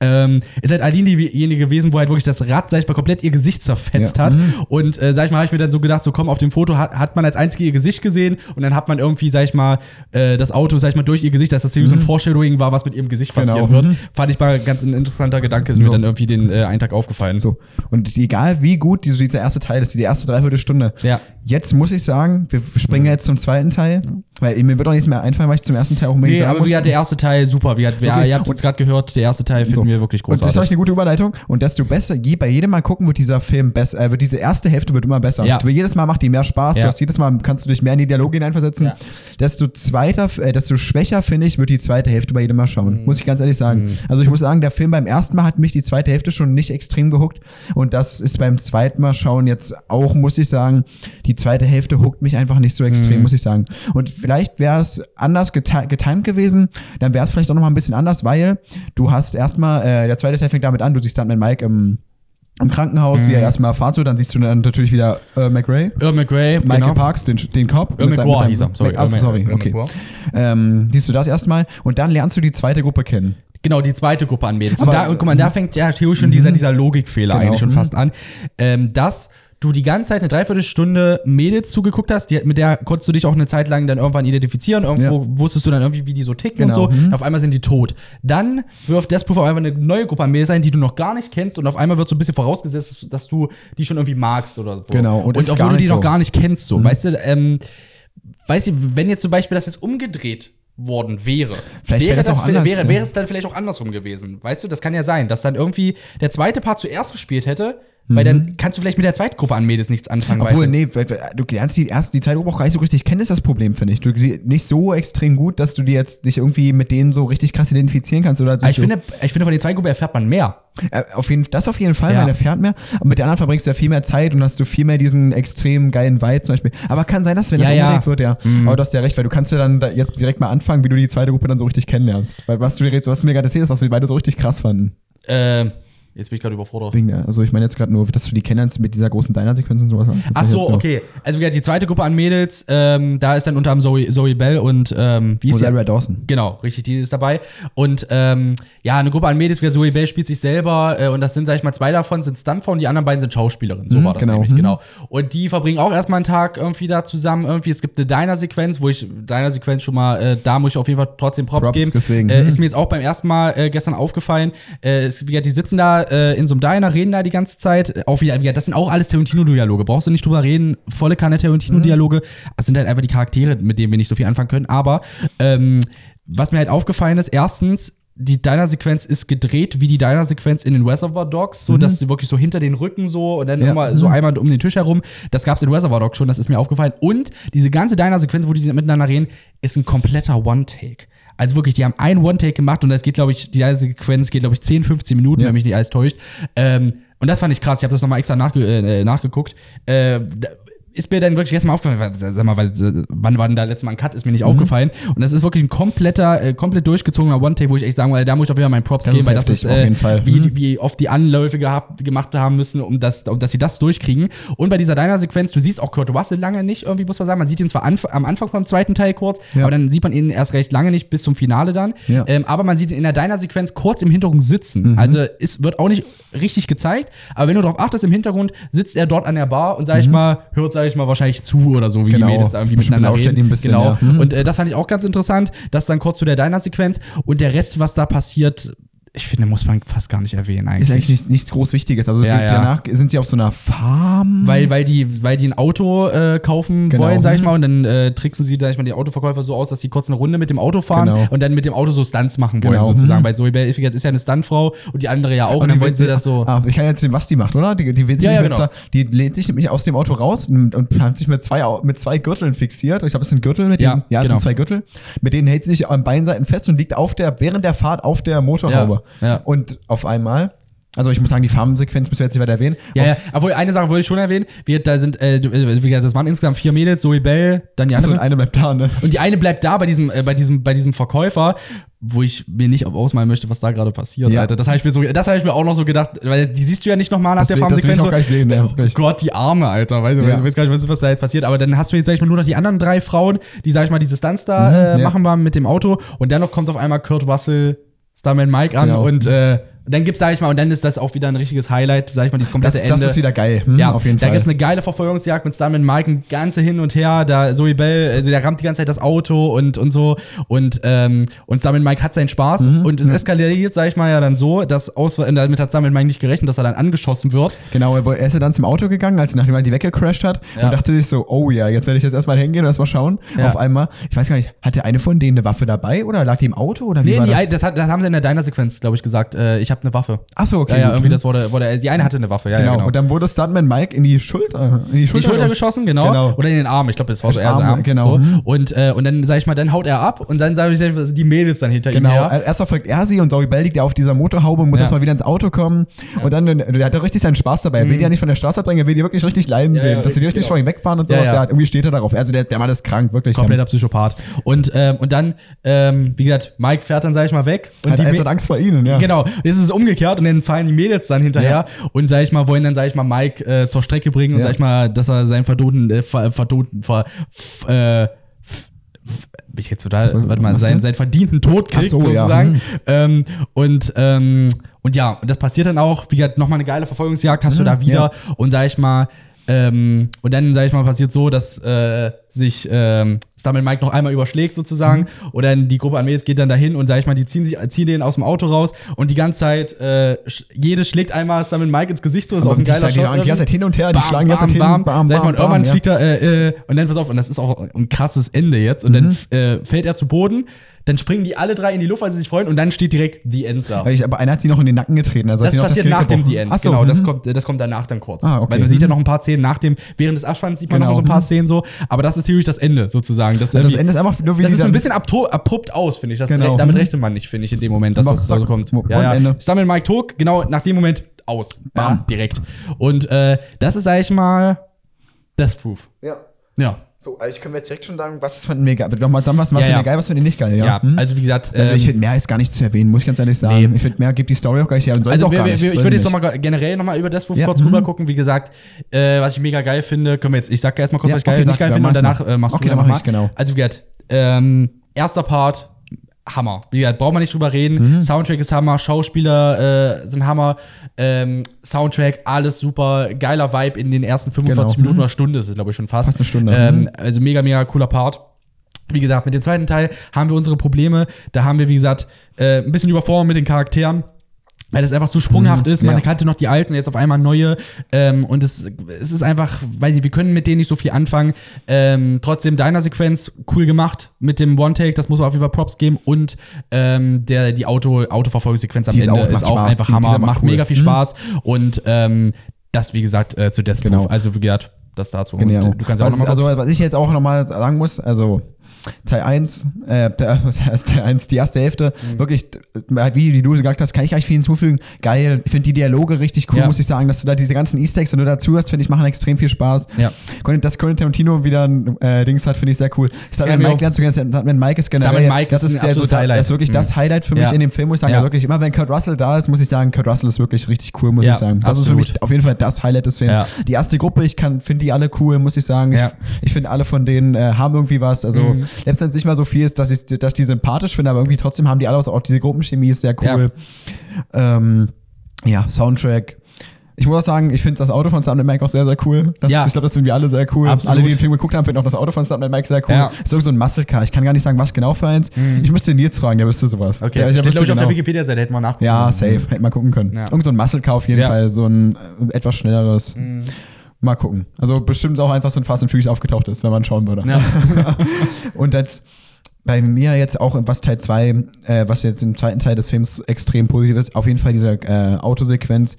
ähm, ist halt Aline diejenige gewesen, wo halt wirklich das Rad, sag ich mal, komplett ihr Gesicht zerfetzt
Ja. Mhm.
hat. Und äh, sag ich mal, habe ich mir dann so gedacht, so komm, auf dem Foto hat, hat man als einzige ihr Gesicht gesehen und dann hat man irgendwie, sag ich mal, äh, das Auto, sag ich mal, durch ihr Gesicht, dass das hier so ein Foreshadowing war, was mit ihrem Gesicht passieren
Mhm. Genau.
wird.
Mhm.
Fand ich mal ganz ein interessanter Gedanke, ist mir
Ja.
dann irgendwie den äh, einen Tag aufgefallen.
So. Und egal wie gut diese, dieser erste Teil ist, die erste Dreiviertelstunde.
Ja.
Jetzt muss ich sagen, wir springen jetzt zum zweiten Teil, weil mir wird auch nichts mehr einfallen, weil ich zum ersten Teil auch unbedingt
Nee,
sagen
aber
muss.
wie hat der erste Teil super. Wie hat, ja,
Okay.
ihr habt es gerade gehört, der erste Teil finden wir wirklich
Und das ist
großartig.
eigentlich eine gute Überleitung. Und desto besser, je, bei jedem Mal gucken wird dieser Film besser, äh, wird diese erste Hälfte wird immer besser.
Ja.
Du- Jedes Mal macht die mehr Spaß.
Ja.
Du hast jedes Mal kannst du dich mehr in die Dialoge hineinversetzen.
Ja.
Desto zweiter, äh, desto schwächer finde ich, wird die zweite Hälfte bei jedem Mal schauen.
Mhm.
Muss ich ganz ehrlich sagen. Also ich muss sagen, der Film beim ersten Mal hat mich die zweite Hälfte schon nicht extrem gehuckt. Und das ist beim zweiten Mal schauen jetzt auch, muss ich sagen, die zweite Hälfte huckt mich einfach nicht so
Mhm.
extrem, muss ich sagen. Und vielleicht wäre es anders geti getimed gewesen, dann wäre es vielleicht auch noch mal ein bisschen anders, weil du hast erstmal, äh, der zweite Teil fängt damit an, du siehst dann mit Mike im, im Krankenhaus,
Mhm.
wie er erstmal fahrt, so, dann siehst du dann natürlich wieder äh, McRae.
Irr McRae,
Michael
genau.
Parks, den, den Cop.
Irr
mit seinem- mit
McGraw
seinem-
hieß er. Sorry,
Mac- Ach,
Irr Mc-
sorry.
Irr
Okay.
McGraw.
Ähm, siehst du das erstmal und dann lernst du die zweite Gruppe kennen.
Genau, die zweite Gruppe an Mädels. Und
Aber- Mhm.
da, und guck mal, da fängt ja theoretisch schon dieser, dieser Logikfehler
Genau.
eigentlich schon
Mhm.
fast an, ähm, dass du die ganze Zeit eine Dreiviertelstunde Mädels zugeguckt hast, die, mit der konntest du dich auch eine Zeit lang dann irgendwann identifizieren, irgendwo wusstest du dann irgendwie, wie die so ticken
Genau.
und so, und auf einmal sind die tot. Dann wirft Deathproof auf einmal eine neue Gruppe an Mädels ein, die du noch gar nicht kennst und auf einmal wird so ein bisschen vorausgesetzt, dass du die schon irgendwie magst oder so.
Genau, und
und,
ist
obwohl
gar
du die
nicht
noch
so. Mhm.
gar nicht kennst, so, weißt du, ähm, weißt du, wenn jetzt zum Beispiel das jetzt umgedreht worden wäre,
Vielleicht
wäre,
wäre das auch anders,
wäre,
ja.
wäre es dann vielleicht auch andersrum gewesen. Weißt du, das kann ja sein, dass dann irgendwie der zweite Part zuerst gespielt hätte, weil dann kannst du vielleicht mit der zweiten Gruppe an Mädels nichts anfangen.
Obwohl,
weißt du?
nee, weil- weil du lernst die erste, die zweite Gruppe auch gar nicht so richtig kennen, ist das Problem, finde ich. Du die- nicht so extrem gut, dass du die jetzt dich irgendwie mit denen so richtig krass identifizieren kannst. Oder
Aber
sich
ich
so-
finde, ich finde, von der zweiten Gruppe erfährt man mehr.
Äh, auf jeden, das auf jeden Fall,
Ja.
weil der fährt mehr. Aber mit der anderen verbringst du ja viel mehr Zeit und hast du viel mehr diesen extrem geilen Vibe zum Beispiel. Aber kann sein, dass wenn
Ja, Mhm.
das
ja.
umgedreht wird, ja. Aber du hast ja recht, weil du kannst ja dann da jetzt direkt mal anfangen, wie du die zweite Gruppe dann so richtig kennenlernst. Weil was du, dir- was du mir gerade erzählt hast, was wir beide so richtig krass fanden.
Äh, jetzt bin ich gerade überfordert.
Wegen der- Also ich meine jetzt gerade nur, dass du die kennenlernst mit dieser großen Diner-Sequenz und sowas.
Ach so, okay. Also wie gesagt, die zweite Gruppe an Mädels, ähm, da ist dann unter anderem Zoe, Zoe Bell und ähm, wie
Ist
ist sie?
Sarah Dawson.
Genau, richtig, die ist dabei. Und ähm, ja, eine Gruppe an Mädels, wie gesagt, Zoe Bell spielt sich selber äh, und das sind, sag ich mal, zwei davon sind Stuntfrauen, die anderen beiden sind Schauspielerinnen. So
Mhm,
war das
genau,
nämlich,
mhm.
genau. Und die verbringen auch erstmal einen Tag irgendwie da zusammen. Irgendwie, es gibt eine Diner-Sequenz, wo ich Diner-Sequenz schon mal, äh, da muss ich auf jeden Fall trotzdem Props,
Props,
geben.
deswegen,
Äh,
mhm.
ist mir jetzt auch beim ersten Mal äh, gestern aufgefallen. Äh, es, wie gesagt, die sitzen da da äh, in so einem Diner, reden da die ganze Zeit. Äh, Auch wieder, wieder das sind auch alles Tarantino-Dialoge. Brauchst du nicht drüber reden. Volle Kanne Tarantino-Dialoge. Das sind halt einfach die Charaktere, mit denen wir nicht so viel anfangen können. Aber ähm, was mir halt aufgefallen ist, erstens, die Diner-Sequenz ist gedreht wie die Diner-Sequenz in den Reservoir Dogs, so dass sie wirklich so hinter den Rücken so und dann
Ja.
immer so einmal um den Tisch herum. Das gab's in Reservoir Dogs schon, das ist mir aufgefallen. Und diese ganze Diner-Sequenz, wo die miteinander reden, ist ein kompletter One-Take. Also wirklich, die haben einen One-Take gemacht und das geht, glaube ich, die ganze Sequenz geht, glaube ich, 10, 15 Minuten,
Ja.
wenn mich nicht alles täuscht. Ähm, und das fand ich krass. Ich habe das nochmal extra nachge äh, nachgeguckt. Äh, da- ist mir dann wirklich jetzt mal aufgefallen, weil- sag mal, weil, äh, wann war denn da letztes Mal ein Cut, ist mir
Mhm.
nicht aufgefallen. Und das ist wirklich ein kompletter, äh, komplett durchgezogener One-Take, wo ich echt sagen will, da muss ich auf jeden Fall meinen Props
Das
geben,
ist
weil
heftig,
das ist, äh,
auf jeden Fall.
Wie,
Mhm.
die- wie oft die Anläufe gehabt, gemacht haben müssen, um, das, um dass sie das durchkriegen. Und bei dieser Diner-Sequenz, du siehst auch Kurt Russell lange nicht, irgendwie muss man sagen, man sieht ihn zwar anf am Anfang vom zweiten Teil kurz,
Ja.
aber dann sieht man ihn erst recht lange nicht, bis zum Finale dann.
Ja. Mhm.
Ähm, aber man sieht ihn in der Diner-Sequenz kurz im Hintergrund sitzen. Also es wird auch nicht richtig gezeigt, aber wenn du darauf achtest, im Hintergrund sitzt er dort an der Bar und, sag ich mal, hört, sag ich mal, wahrscheinlich zu oder so, wie
Mhm. Genau.
die Mädels da irgendwie
Bestimmt
miteinander
lauscht er
reden.
ihm ein bisschen,
genau.
ja. Mhm.
Und äh, das fand ich auch ganz interessant. Das dann kurz zu der Diner-Sequenz. Und der Rest, was da passiert, ich finde, muss man fast gar nicht erwähnen eigentlich.
Ist eigentlich nichts, nichts groß Wichtiges. Also
Ja,
die-
ja.
danach sind sie auf so einer Farm.
weil, weil, die, weil die ein Auto äh, kaufen
Genau.
wollen, sag ich mal, und dann äh, tricksen sie, sag ich mal, die Autoverkäufer so aus, dass sie kurz eine Runde mit dem Auto fahren
Genau.
und dann mit dem Auto so Stunts machen wollen,
Genau.
sozusagen. Weil Zoe Bell ist ja eine Stuntfrau und die andere ja auch, und,
Und
dann
die
wollen
will-
sie das so.
Ah, ich kann jetzt sehen, was die macht, oder? Die, die, will sich
Ja,
nicht
ja,
mit
genau.
zwei, die lehnt sich nämlich aus dem Auto raus und, und hat sich mit zwei, Au- mit zwei Gürteln fixiert. Ich glaube, es sind Gürtel mit
Ja,
denen. Ja, es
genau.
sind zwei Gürtel. Mit denen hält sie sich an beiden Seiten fest und liegt auf der, während der Fahrt auf der Motorhaube.
Ja, ja.
Und auf einmal, also ich muss sagen, die Farbensequenz müssen wir jetzt nicht weiter erwähnen.
Ja, ja, obwohl eine Sache wollte ich schon erwähnen. Wir, da sind, äh, wie gesagt, das waren insgesamt vier Mädels, Zoe Bell, dann die
Achso,
andere.
und eine bleibt da, ne?
Und die eine bleibt da bei diesem, äh, bei diesem, bei diesem Verkäufer, wo ich mir nicht ausmalen möchte, was da gerade passiert,
Ja.
Alter. Das habe ich mir so, das habe ich mir auch noch so gedacht, weil die siehst du ja nicht nochmal nach
Das
der
will- das will ich
Farmsequenz.
noch gleich sehen, ja, wirklich.
Gott, die Arme, Alter. Weißt du,
Ja.
ich weiß gar nicht, was, was da jetzt passiert. Aber dann hast du jetzt, sag ich mal, nur noch die anderen drei Frauen, die, sag ich mal, diese Stunts da äh,
Mhm, ja.
machen waren mit dem Auto. Und dennoch kommt auf einmal Kurt Russell, Starman Mike an
Genau.
und, äh, dann gibt's, sag ich mal, und dann ist das auch wieder ein richtiges Highlight, sag ich mal, dieses komplette
Das,
Ende.
das ist wieder geil. Hm,
Ja,
auf jeden
da
Fall.
gibt's eine geile Verfolgungsjagd mit Starman Mike, ein ganze hin und her. Da Zoe Bell, also der rammt die ganze Zeit das Auto und, und so. Und, ähm, und Starman Mike hat seinen Spaß.
Mhm,
und es eskaliert, sag ich mal, ja dann so, dass aus, äh, damit hat Starman Mike nicht gerechnet, dass er dann angeschossen wird.
Genau, er woll- er ist ja dann zum Auto gegangen, als nachdem er die weggecrashed hat
Ja.
und dachte sich so, oh ja, jetzt werde ich jetzt erstmal hingehen und erstmal schauen.
Ja.
Auf einmal, ich weiß gar nicht, hatte eine von denen eine Waffe dabei oder lag die im Auto oder wie
Nee,
war
die,
das?
das? Das, hat, das haben sie in der Diner-Sequenz, glaube ich, gesagt. Äh, ich habe eine Waffe.
Achso, Ah, okay.
Ja, ja,
gut.
irgendwie das wurde, wurde, die eine hatte eine Waffe, ja,
genau.
ja, genau.
Und dann wurde Stuntman Mike in die Schulter, in die
in die
Schulter,
Schulter geschossen, genau.
Genau.
Oder in den Arm, ich glaube, das war so eher so
Arm,
Arm.
genau.
So.
Mhm.
Und, äh, und dann, sag ich mal, dann haut er ab und dann, sag ich, die Mädels dann hinter
Genau,
ihm her.
erst verfolgt er sie und Zoe Bell liegt ja auf dieser Motorhaube und muss
Ja.
erstmal wieder ins Auto kommen. Und dann äh, der hat er richtig seinen Spaß dabei. Er will die ja nicht von der Straße drängen, er will die wirklich richtig leiden
Mhm. Ja,
sehen,
ja,
dass sie die
richtig,
richtig
genau.
vor ihm wegfahren und
Ja,
sowas. Ja,
ja.
irgendwie steht er darauf. Also der, der Mann ist krank, wirklich.
Kompletter Psychopath. Und, ähm, und dann, ähm, wie gesagt, Mike fährt dann, sag ich mal, weg. Und
hat,
die
er
Mä-
hat Angst vor ihnen, ja.
Genau, jetzt ist es umgekehrt und dann fallen die Mädels dann hinterher und, sag ich mal, wollen dann, sag ich mal, Mike äh, zur Strecke bringen und,
Ja.
sag ich mal, dass er seinen verdoten, äh, ver, verdoten, ver, f, äh, f- f- bin ich jetzt total,
war-
warte mal,
was
seinen,
denn?
seinen verdienten Tod kriegt,
so, ja.
sozusagen. Ähm, und, ähm, und ja, und das passiert dann auch, wie gesagt, nochmal eine geile Verfolgungsjagd
Mhm,
hast du da wieder und, sag ich mal, ähm, und dann, sag ich mal, passiert so, dass äh, sich ähm, Stummel Mike noch einmal überschlägt sozusagen
Mhm.
und dann die Gruppe an Mädels geht dann dahin und, sag ich mal, die ziehen, sich, ziehen den aus dem Auto raus und die ganze Zeit, äh, sch- jede schlägt einmal Stummel Mike ins Gesicht, so ist auch ein
die
geiler
schlagen die, die ganze Zeit hin und her, die
Bam,
schlagen die ganze
bam,
Zeit
bam,
halt hin, bam,
sag ich
bam,
mal, und irgendwann
bam,
fliegt er, äh, äh, und dann pass auf, und das ist auch ein krasses Ende jetzt, und
Mhm.
dann äh, fällt er zu Boden, dann springen die alle drei in die Luft, weil sie sich freuen, und dann steht direkt The End da.
Ja. Ich, aber einer hat sie noch in den Nacken getreten. Also hat
Das
sie noch
passiert
Knie
nach dem
gebrochen.
The End.
Ach so,
genau, das
mhm.
kommt, das kommt danach dann kurz.
Ah, okay.
Weil man sieht ja
Mhm.
noch ein paar Szenen nach dem, während des Abspanns sieht man
Genau.
noch so ein paar Szenen so. Aber das ist theoretisch das Ende sozusagen. Das,
Das
irgendwie-
Ende ist einfach nur wie
das ist so
dieser-
ein bisschen abtro- abrupt aus, finde ich. Das
Genau.
Damit
Mhm.
rechnet man nicht, finde ich, in dem Moment, dass
Zack,
das so
zack.
kommt.
Mo-
Ja, ja.
Ende.
Sammel Mike Tog, genau nach dem Moment aus. Bam,
Ja.
direkt. Und äh, das ist, sag ich mal, Death Proof.
Ja.
Ja.
So, also ich kann mir jetzt direkt schon sagen, was fanden wir geil. Nochmal zusammenfassen, was
Ja,
fanden
ja.
wir geil, was fanden wir nicht geil. Ja.
Ja,
Hm?
also wie gesagt,
Also ich
ähm,
finde mehr ist gar nicht zu erwähnen, muss ich ganz ehrlich sagen.
Nee.
Ich finde mehr gibt die Story auch gar nicht her. Und soll
Also
sie auch
wir,
gar
wir,
nicht.
wir, ich
Soll
würde
sie
jetzt
nicht.
nochmal generell nochmal über Death Proof
Ja,
kurz
mhm.
rüber gucken. Wie gesagt, äh, was ich mega geil finde, können wir jetzt, ich sag erstmal kurz,
Ja,
was ich geil,
okay,
nicht
sag
geil
du,
finde und
dann mach's
danach
mal.
äh, machst
Okay,
du
dann
noch
mach ich,
mal.
genau.
Also wie gesagt, ähm, erster Part, Hammer. Wie gesagt, braucht man nicht drüber reden.
Mhm.
Soundtrack ist Hammer, Schauspieler äh, sind Hammer, ähm, Soundtrack, alles super, geiler Vibe in den ersten 45
Genau,
Minuten oder Stunde ist es, glaube ich, schon fast.
Fast eine Stunde,
Ähm,
mhm.
also mega, mega cooler Part. Wie gesagt, mit dem zweiten Teil haben wir unsere Probleme. Da haben wir, wie gesagt, äh, ein bisschen überfordert mit den Charakteren. Weil das einfach zu sprunghaft ist. Man
Mhm. ja.
kannte noch die alten, jetzt auf einmal neue. Ähm, und es, es ist einfach, weiß nicht, wir können mit denen nicht so viel anfangen. Ähm, trotzdem, deiner Sequenz cool gemacht mit dem One-Take, das muss man auf jeden Fall Props geben. Und ähm, der, die Auto, Autoverfolgungssequenz am
Die ist
Ende
auch-
ist
macht
auch
Spaß.
einfach
Die-
Hammer,
dieser
macht
macht cool.
mega viel
Mhm.
Spaß. Und ähm, das, wie gesagt, äh, zu Death Proof.
Genau.
Also, wie gesagt, das dazu.
Genau.
Und du kannst auch
was,
nochmal
also, was ich jetzt auch nochmal sagen muss, also Teil 1, äh, Teil, Teil 1, die erste Hälfte,
Mhm.
wirklich, äh, wie du gesagt hast, kann ich gar nicht viel hinzufügen. Geil, ich finde die Dialoge richtig cool,
Ja.
muss ich sagen, dass du da diese ganzen Easter Eggs, wenn du dazu hast, finde ich, machen extrem viel Spaß.
Ja.
Quentin- Dass Quentin Tarantino wieder ein äh, Dings hat, finde ich sehr cool. Stuntman
Cameo.
Mike lernst du kennen, Stuntman Mike ist generell,
Stuntman Mike
das
ist
ist,
ein
der so,
absolutes
das
Highlight. Mhm.
ist wirklich das Highlight für mich
Ja.
in dem Film, muss ich sagen,
Ja.
ja. wirklich, immer wenn Kurt Russell da ist, muss ich sagen, Kurt Russell ist wirklich richtig cool, muss
Ja,
ich sagen. Das ist für
absolut.
mich auf jeden Fall das Highlight des Films.
Ja.
Die erste Gruppe, ich kann finde die alle cool, muss ich sagen.
Ja.
Ich, ich finde alle von denen äh, haben irgendwie was. Also
Mhm.
letztendlich nicht mal so viel ist, dass ich dass ich die sympathisch finde, aber irgendwie trotzdem haben die alle was. Auch diese Gruppenchemie ist sehr cool. Ja, ähm, ja Soundtrack. Ich muss auch sagen, ich finde das Auto von Stuntman Mike auch sehr, sehr cool. Das,
Ja.
Ich glaube, das finden wir alle sehr cool.
Absolut.
Alle, die den Film geguckt haben, finden auch das Auto von Stuntman Mike sehr cool.
Ja. Mhm.
Ist irgend so ein Muscle Car. Ich kann gar nicht sagen, was genau für eins. Ich müsste den Nils fragen, der wüsste sowas.
Okay,
der, der
steht,
wüsste
glaube ich, auf der
genau.
Wikipedia-Seite, hätten wir nachgucken
Ja,
müssen.
safe. Hätte mal gucken können.
Mhm. Ja.
Irgend so ein Muscle Car auf jeden
Ja. Mhm.
Fall. So ein äh, etwas schnelleres. Mal gucken. Also bestimmt auch eins, was in Fast and Furious aufgetaucht ist, wenn man schauen würde.
Ja.
Und jetzt bei mir jetzt auch, was Teil 2, äh, was jetzt im zweiten Teil des Films extrem positiv ist, auf jeden Fall diese äh, Autosequenz.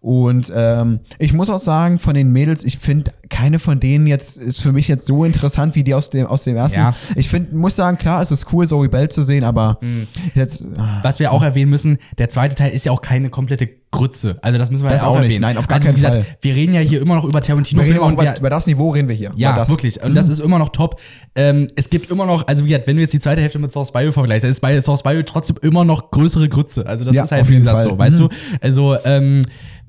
Und ähm, ich muss auch sagen, von den Mädels, ich finde keine von denen jetzt ist für mich jetzt so interessant wie die aus dem aus dem ersten.
Ja.
Ich finde, muss sagen, klar, es ist cool, Zoe Bell zu sehen, aber
Mhm.
jetzt ah.
Was wir auch erwähnen müssen, der zweite Teil ist ja auch keine komplette Grütze. Also das müssen wir
Das
ja auch
auch nicht.
erwähnen.
Nein, auf gar
also,
keinen Fall.
Wir reden ja hier immer noch über
wir reden
Tarantino-Filme
auch
und
über,
wir,
über das Niveau reden wir hier.
ja,
über das. Mhm.
wirklich. Und das ist immer noch top. Ähm, es gibt immer noch, also wie gesagt, wenn du jetzt die zweite Hälfte mit Source Bio vergleichst, dann ist bei Source Bio trotzdem immer noch größere Grütze. Also das
Ja,
ist halt,
auf
wie
jeden
gesagt,
Fall. Mhm.
so, weißt du? Also, ähm,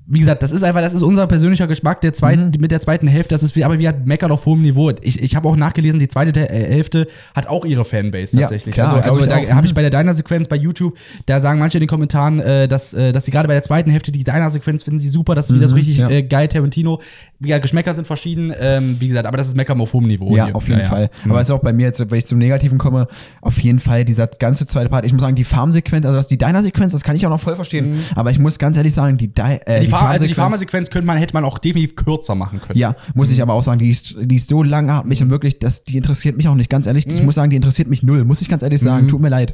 wie gesagt, das ist einfach, das ist unser persönlicher Geschmack der zweiten,
Mhm.
mit der zweiten Hälfte. Das ist, wie- aber wie hat meckert auf hohem Niveau. Ich, ich habe auch nachgelesen, die zweite Te- äh, Hälfte hat auch ihre Fanbase
Ja,
tatsächlich.
klar,
also,
glaub
also
ich
da
auch.
habe ich bei der Diner-Sequenz bei YouTube, da sagen manche in den Kommentaren, äh, dass, äh, dass sie gerade bei der zweiten Hälfte die Diner-Sequenz finden sie super, dass sie das richtig
Mhm, ja.
äh, geil Tarantino. Ja, Geschmäcker sind verschieden, ähm, wie gesagt, aber das ist Meckern auf hohem Niveau.
Ja, Mhm.
hier.
auf jeden Fall. Aber es ist auch bei mir jetzt, wenn ich zum Negativen komme, auf jeden Fall dieser ganze zweite Part. Ich muss sagen, die Farmsequenz, also das, die Diner-Sequenz, das kann ich auch noch voll verstehen. Aber ich muss ganz ehrlich sagen, Mhm. die, Di äh,
Die Farm, also
Farmsequenz-
die
Mhm.
Pharma-Sequenz könnte man, hätte man auch definitiv kürzer machen können.
Ja, muss ich aber auch sagen, die ist, die ist so langatmig und wirklich, das, die interessiert mich auch nicht. Ganz ehrlich, ich muss sagen, die interessiert mich null, muss ich ganz ehrlich sagen. Tut mir leid.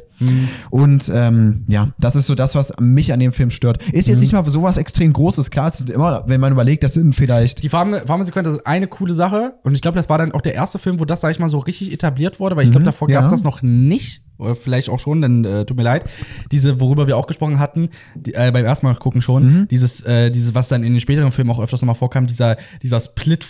Und ähm, ja, das ist so das, was mich an dem Film stört. Ist jetzt nicht mal sowas extrem Großes. Klar, es ist immer, wenn man überlegt, das sind vielleicht.
Die Farm- Pharma-Sequenz ist eine coole Sache und ich glaube, das war dann auch der erste Film, wo das, sag ich mal, so richtig etabliert wurde, weil ich glaube, davor
Mhm, ja.
gab es das noch nicht. Oder vielleicht auch schon, dann äh, tut mir leid. Diese, worüber wir auch gesprochen hatten, die, äh, beim ersten Mal gucken schon,
Mhm.
dieses, äh, dieses, was dann in den späteren Filmen auch öfters nochmal vorkam, dieser, dieser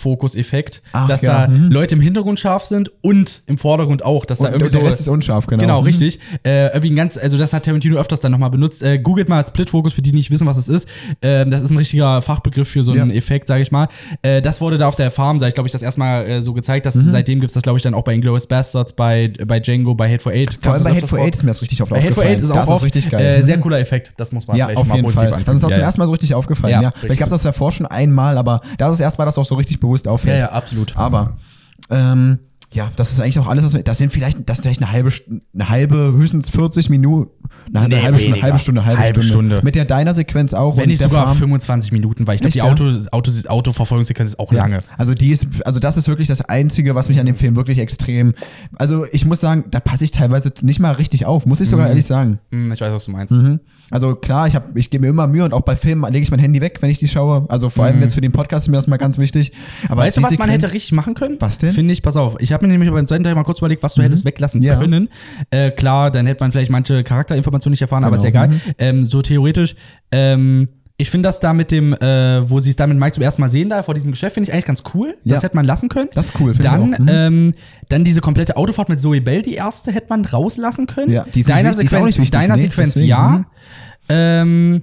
Split-Fokus-Effekt,
Ach,
dass
ja, mhm.
da Leute im Hintergrund scharf sind und im Vordergrund auch, dass da
Und,
irgendwie
der
so.
Rest ist unscharf, genau.
Genau, richtig. Äh, irgendwie ein ganz, also das hat Tarantino öfters dann nochmal benutzt. Äh, googelt mal Split-Focus, für die die nicht wissen, was es ist. Ähm, das ist ein richtiger Fachbegriff für so einen
Ja.
Effekt, sage ich mal. Äh, das wurde da auf der Farm, sag ich, glaube ich, das erstmal äh, so gezeigt. Dass,
Mhm.
Seitdem gibt es das, glaube ich, dann auch bei Inglourious Bastards, bei, bei Django, bei Hate for Eight.
Vor allem bei Hate
Hate
for Eight ist mir das richtig oft
Bei Hate for
aufgefallen.
Eight ist auch
das
oft,
ist richtig geil. Mhm.
Äh, sehr cooler Effekt, das muss man
Ja,
vielleicht
auf
mal
jeden
positiv
Fall. Also
anfügen.
Das ist auch
ja,
zum
ja.
ersten Mal so richtig aufgefallen,
Ja,
ja. Weil
richtig.
Ich glaube, das ist davor schon einmal, aber das ist erst mal, dass auch so richtig bewusst auffällt.
Ja, ja, absolut.
Aber, ähm, ja, das ist eigentlich auch alles, was wir, das sind vielleicht, das ist vielleicht eine halbe, St- eine halbe, höchstens 40 Minuten, eine,
Nee,
eine halbe, Stunde,
weniger.
halbe Stunde, halbe,
Halbe
Stunde.
Stunde.
Mit der Diner-Sequenz auch.
Wenn
und
nicht
der
sogar
Farm.
25 Minuten, weil ich glaube,
Echt,
die
ja?
Auto, Auto, Autoverfolgungssequenz ist auch lange.
Ja. Also die ist, also das ist wirklich das Einzige, was mich an dem Film wirklich extrem. Also ich muss sagen, da passe ich teilweise nicht mal richtig auf, muss ich sogar ehrlich sagen.
Hm, ich weiß, was du meinst.
Mhm. Also klar, ich, hab- ich gebe mir immer Mühe und auch bei Filmen lege ich mein Handy weg, wenn ich die schaue. Also vor allem jetzt für den Podcast ist mir das mal ganz wichtig. Aber
Mhm. Weißt du,
die
was man
Sequenz-
hätte richtig machen können?
Was denn?
Finde ich, pass auf. Ich habe mir nämlich beim zweiten Teil mal kurz überlegt, was du hättest weglassen
Mhm. Ja.
können. Äh, klar, dann hätte man vielleicht manche Charakterinformationen nicht erfahren, aber ist ja
Genau.
egal. Ähm, so theoretisch. Ähm, ich finde das da mit dem, äh, wo sie es da mit Mike zum ersten Mal sehen, da vor diesem Geschäft, finde ich eigentlich ganz cool. Das
Ja.
hätte man lassen können.
Das ist cool, finde ich
Dann,
auch. Mhm.
ähm, dann diese komplette Autofahrt mit Zoe Bell, die erste, hätte man rauslassen können.
Ja, die ist nicht
deiner
wichtig, die ist auch
Sequenz,
nicht wichtig,
deiner
nee,
Sequenz
deswegen,
ja.
mhm.
Ähm,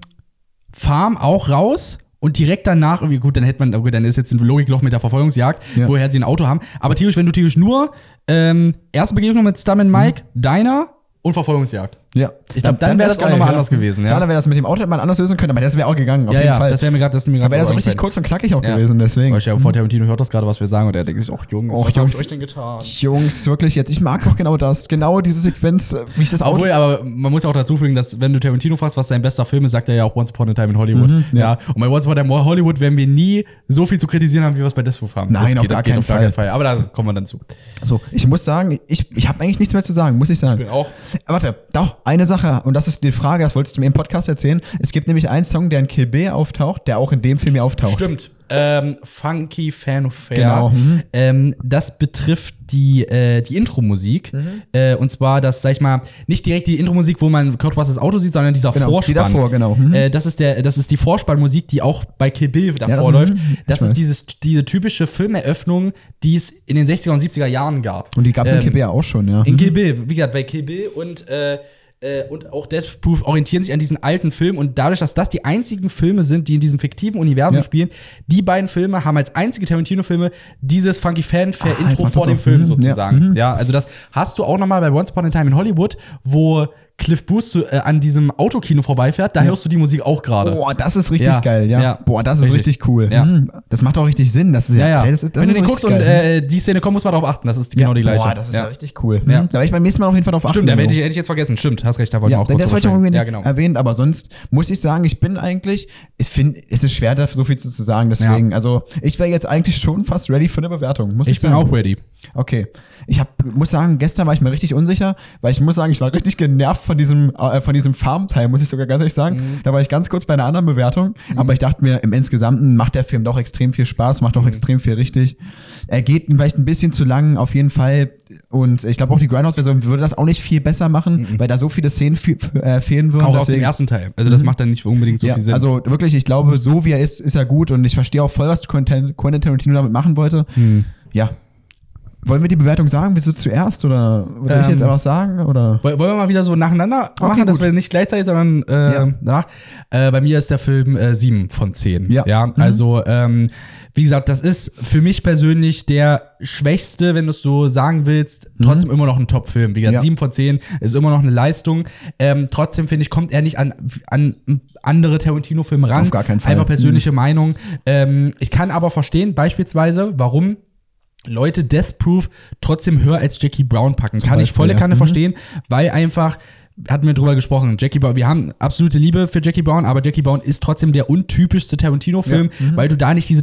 Farm auch raus und direkt danach, irgendwie, gut, dann hätte man, okay, dann ist jetzt ein Logikloch mit der Verfolgungsjagd,
Ja.
woher sie ein Auto haben. Aber
Mhm.
theoretisch, wenn du theoretisch nur ähm, erste Begegnung mit Stam und Mike, deiner und Verfolgungsjagd.
Ja.
Ich glaub, dann wär's auch
geil,
noch mal anders gewesen, ja.
Dann wäre das mit dem Auto hätte man anders lösen können, aber das wäre auch gegangen, auf
ja,
jeden
ja,
Fall.
das wäre mir gerade das ist mir
aber
gerade
wäre so
so
richtig
eingefallen.
kurz und knackig auch
Ja.
gewesen, deswegen.
Weil ich ja vor Tarantino hört das gerade, was wir sagen und er denkt sich, ach Jungs,
Och,
was
Jungs.
hab ich euch denn getan?
Jungs, wirklich jetzt. Ich mag doch genau das. Genau diese Sequenz, äh, wie ich das Auto.
Obwohl, aber man muss auch dazu fügen, dass wenn du Tarantino fragst, was sein bester Film ist, sagt er ja auch Once Upon a Time in Hollywood. ja. Und bei Once Upon a Time in Hollywood werden wir nie so viel zu kritisieren haben, wie wir es bei Death Proof haben.
Nein,
das
auf
geht,
gar
das geht
keinen
auf gar keinen Fall. Aber da kommen wir dann zu.
So, Also, ich muss sagen, ich, ich habe eigentlich nichts mehr zu sagen, muss ich sagen.
Bin auch.
Äh, Warte, doch, eine Sache. Und das ist die Frage, das wolltest du mir im Podcast erzählen. Es gibt nämlich einen Song, der in Kill Bill auftaucht, der auch in dem Film hier auftaucht.
Stimmt. Ähm, Funky Fanfare.
Genau. Mhm.
Ähm, das betrifft die, äh, die Intro-Musik.
Mhm.
Äh, und zwar das, sag ich mal, nicht direkt die Intro-Musik, wo man Kurt Russell's Auto sieht, sondern dieser
Genau, die
Vorspann.
davor, genau. Mhm.
Äh, das, ist der, das ist die Vorspannmusik, die auch bei Kill Bill davor
Ja, mhm.
läuft.
Ich
Das
weiß.
ist dieses, diese typische Filmeröffnung, die es in den 60er und 70er Jahren gab.
Und die gab es in
Ähm,
Kill Bill auch schon, ja.
in Kill Bill, wie gesagt, weil Kill Bill und, äh, äh, und auch Death Proof orientieren sich an diesen alten Filmen und dadurch, dass das die einzigen Filme sind, die in diesem fiktiven Universum
Ja.
spielen, die beiden Filme haben als einzige Tarantino-Filme dieses Funky
Ah, jetzt
Fanfare-Intro
macht
vor
das
dem
auch-
Film
mhm, ja,
sozusagen. Ja,
mhm.
also das hast du auch nochmal bei Once Upon a Time in Hollywood, wo Cliff Booth zu- äh, an diesem Autokino vorbeifährt, da hörst du die Musik auch gerade.
Boah, das ist richtig
Ja,
geil, ja.
ja.
Boah, das ist richtig,
Richtig.
cool.
Ja.
Mhm. Das macht auch richtig Sinn. Das ist
Ja, ja.
Das ist, das
Wenn
ist
du den
richtig
guckst und
geil.
äh, die Szene kommt, muss man darauf achten. Das ist genau die gleiche.
Boah, das ist ja,
Ja.
richtig cool.
Ja.
Mhm. Da werde ich beim nächsten Mal auf jeden Fall drauf achten.
Stimmt, da hätte
Junge.
ich, hätte ich jetzt vergessen. Stimmt, hast recht, da wollte ich
Ja,
auch
denn das äh,
drüber
wollte ich auch
sprechen.
irgendwie
Ja, genau.
erwähnt, aber sonst muss ich sagen, ich bin eigentlich, ich finde, es ist schwer, da so viel zu, zu sagen, deswegen, also ich wäre jetzt eigentlich schon fast ready für eine Bewertung, muss ich,
Ich bin
sagen.
auch ready.
Okay. Ich hab, muss sagen, gestern war ich mir richtig unsicher, weil ich muss sagen, ich war richtig genervt von diesem, äh, von diesem Farmteil, muss ich sogar ganz ehrlich sagen.
Mhm.
Da war ich ganz kurz bei einer anderen Bewertung, aber ich dachte mir, im Insgesamten macht der Film doch extrem viel Spaß, macht doch
Mhm.
extrem viel richtig. Er geht vielleicht ein bisschen zu lang, auf jeden Fall. Und ich glaube auch die Grindhouse-Version würde das auch nicht viel besser machen, weil da so viele Szenen fe äh, fehlen würden.
Mhm. Auch aus dem
Deswegen-
ersten Teil. Also das macht dann nicht unbedingt so
ja,
viel Sinn.
also wirklich, ich glaube, so wie er ist, ist er gut und ich verstehe auch voll, was Quentin Quentin Tarantino damit machen wollte.
Hm.
Ja. Wollen wir die Bewertung sagen? Willst du zuerst oder soll ich
Ähm,
jetzt einfach sagen? Oder?
Woll- wollen wir mal wieder so nacheinander
Okay,
machen, dass
gut.
wir nicht gleichzeitig, sondern äh,
Ja.
danach. Äh, bei mir ist der Film äh, 7 von 10.
Ja.
Also, ähm, wie gesagt, das ist für mich persönlich der schwächste, wenn du es so sagen willst, trotzdem immer noch ein Top-Film. Wie gesagt,
Ja.
7 von 10 ist immer noch eine Leistung. Ähm, trotzdem, finde ich, kommt er nicht an, an andere Tarantino-Filme ran.
Auf gar keinen Fall.
Einfach persönliche Meinung. Ähm, ich kann aber verstehen, beispielsweise, warum Leute Death Proof trotzdem höher als Jackie Brown packen. Kann ich
Beispiel,
volle
ja.
Kanne
Mhm.
verstehen, weil einfach hatten wir drüber gesprochen. Jackie Brown, wir haben absolute Liebe für Jackie Brown, aber Jackie Brown ist trotzdem der untypischste Tarantino-Film,
Mhm.
weil du da nicht diese